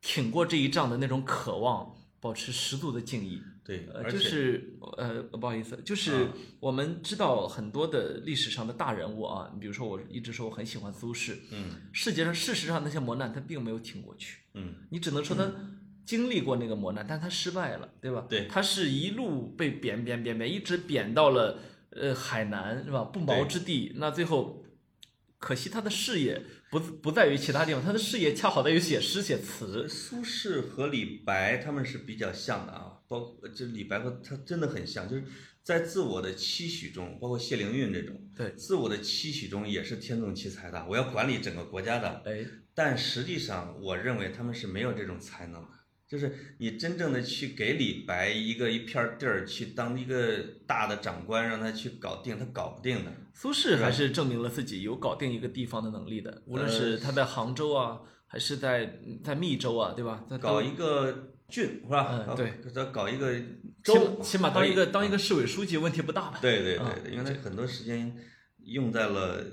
S1: 挺过这一仗的那种渴望，保持十足的敬意。
S2: 对，
S1: 呃，
S2: 而
S1: 就
S2: 且
S1: 是呃，不好意思，就是
S2: 啊
S1: 我们知道很多的历史上的大人物啊，你比如说我一直说我很喜欢苏轼，
S2: 嗯
S1: 世界上事实上那些磨难他并没有挺过去，
S2: 嗯。
S1: 你只能说他经历过那个磨难，但他失败了，对吧？
S2: 对
S1: 他是一路被贬贬贬贬，一直贬到了呃海南是吧？不毛
S2: 对
S1: 之地，那最后。可惜他的事业不不在于其他地方，他的事业恰好在于写诗写词。
S2: 呃苏轼和李白他们是比较像的啊，包括就李白和他真的很像，就是在自我的期许中，包括谢灵运这种，
S1: 对
S2: 自我的期许中也是天纵奇才的，我要管理整个国家的。
S1: 哎，
S2: 但实际上，我认为他们是没有这种才能的。就是你真正的去给李白一个一片地儿去当一个大的长官，让他去搞定，他搞不定的。
S1: 苏轼还是证明了自己有搞定一个地方的能力的，无论
S2: 呃
S1: 是他在杭州啊，还是在在密州啊，对吧？他
S2: 搞一个郡是吧？
S1: 嗯对，
S2: 他搞一个
S1: 起
S2: 州嗯
S1: 码，起码当一
S2: 可
S1: 个
S2: 以
S1: 当一个市委书记问题不
S2: [LAUGHS]
S1: 大吧？
S2: 对对
S1: 啊
S2: 对，对，因为他很多时间用在了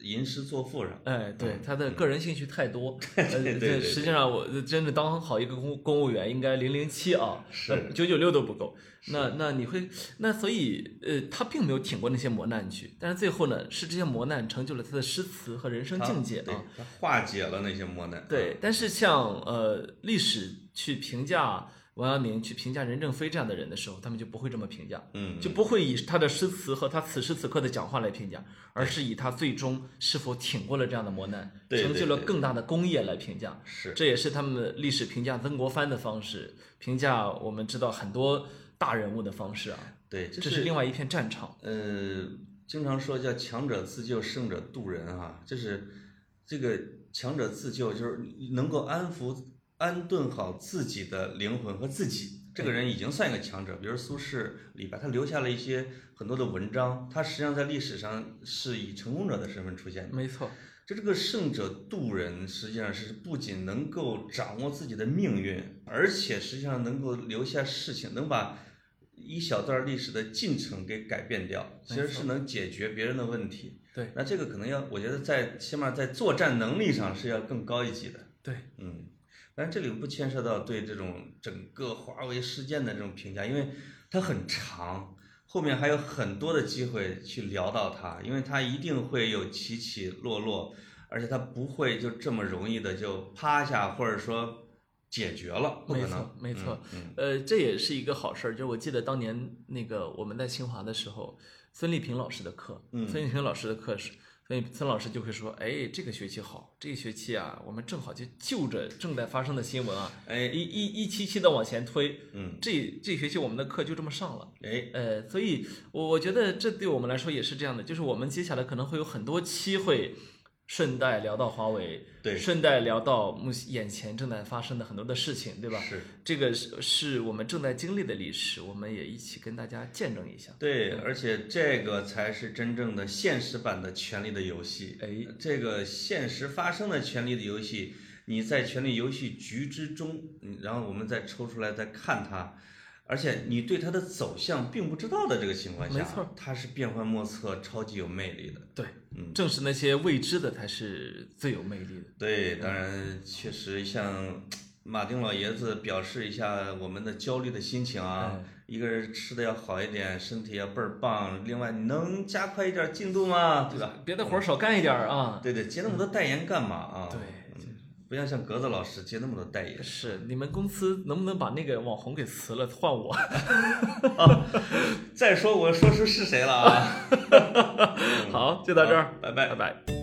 S2: 吟诗作赋上。
S1: 哎，对，他的个人兴趣太
S2: [LAUGHS]
S1: 多。呃
S2: 嗯对对
S1: 这
S2: 对
S1: 实际上我真的当好一个公公务员，应该零零七啊，
S2: 是
S1: 九九六都不够。那那你会，那所以呃，他并没有挺过那些磨难去，但是最后呢，是这些磨难成就了他的诗词和人生
S2: 他
S1: 境界
S2: 对
S1: 啊。，
S2: 他化解了那些磨难。啊
S1: 对，，但是像呃历史去评价王阳明、去评价任正非这样的人的时候，他们就不会这么评价，
S2: 嗯，
S1: 就不会以他的诗词和他此时此刻的讲话来评价，而是以他最终是否挺过了这样的磨难，
S2: 对对
S1: 成就了
S2: 对
S1: 更大的功业来评价。
S2: 是
S1: 这也是他们历史评价曾国藩的方式，评价我们知道很多大人物的方式啊。
S2: 对，就
S1: 这是另外一片战场。
S2: 呃，经常说叫强者自救，胜者渡人啊，就是这个强者自救，就是你能够安抚、安顿好自己的灵魂和自己。这个人已经算一个强者，比如苏轼、李白，他留下了一些很多的文章，他实际上在历史上是以成功者的身份出现的。
S1: 没错，
S2: 就这个胜者渡人，实际上是不仅能够掌握自己的命运，而且实际上能够留下事情，能把一小段历史的进程给改变掉，其实是能解决别人的问题。
S1: 对
S2: 那这个可能要，我觉得在起码在作战能力上是要更高一级的。
S1: 对，
S2: 嗯，但是这里不牵涉到对这种整个华为事件的这种评价，因为它很长，后面还有很多的机会去聊到它，因为它一定会有起起落落，而且它不会就这么容易的就趴下，或者说解决了，不
S1: 没
S2: 可
S1: 错
S2: 能。，
S1: 没错。
S2: 嗯，
S1: 呃，这也是一个好事儿。就我记得当年那个我们在清华的时候，孙丽萍老师的课，
S2: 嗯
S1: 孙丽萍老师的课是，所以孙老师就会说，哎，这个学期好，这个学期啊，我们正好就就着正在发生的新闻啊，
S2: 嗯，
S1: 一一一期期的往前推，
S2: 嗯，
S1: 这这学期我们的课就这么上了。
S2: 哎，哎，
S1: 呃，所以我我觉得这对我们来说也是这样的，就是我们接下来可能会有很多期会顺带聊到华为，
S2: 对
S1: 顺带聊到目眼前正在发生的很多的事情，对吧？
S2: 是。
S1: 这个是是我们正在经历的历史，我们也一起跟大家见证一下。
S2: 对，而且这个才是真正的现实版的《权力的游戏》。
S1: 哎，
S2: 这个现实发生的《权力的游戏》，你在《权力游戏》局之中，嗯然后我们再抽出来再看它，而且你对它的走向并不知道的这个情况下，
S1: 没错
S2: 它是变幻莫测、超级有魅力的。
S1: 对，
S2: 嗯
S1: 正是那些未知的才是最有魅力的。
S2: 对，当然确实向马丁老爷子表示一下我们的焦虑的心情啊。
S1: 哎
S2: 一个人吃的要好一点，身体要倍儿棒。另外，你能加快一点进度吗？对吧？
S1: 呃别的活儿少干一点儿啊。
S2: 对对，接那么多代言干嘛啊？
S1: 对，。
S2: 不要像格子老师接那么多代言
S1: 是你们公司能不能把那个网红给辞了，换我？
S2: 再说我说出是谁了啊？
S1: 好，就到这儿，
S2: 嗯拜拜
S1: 拜拜。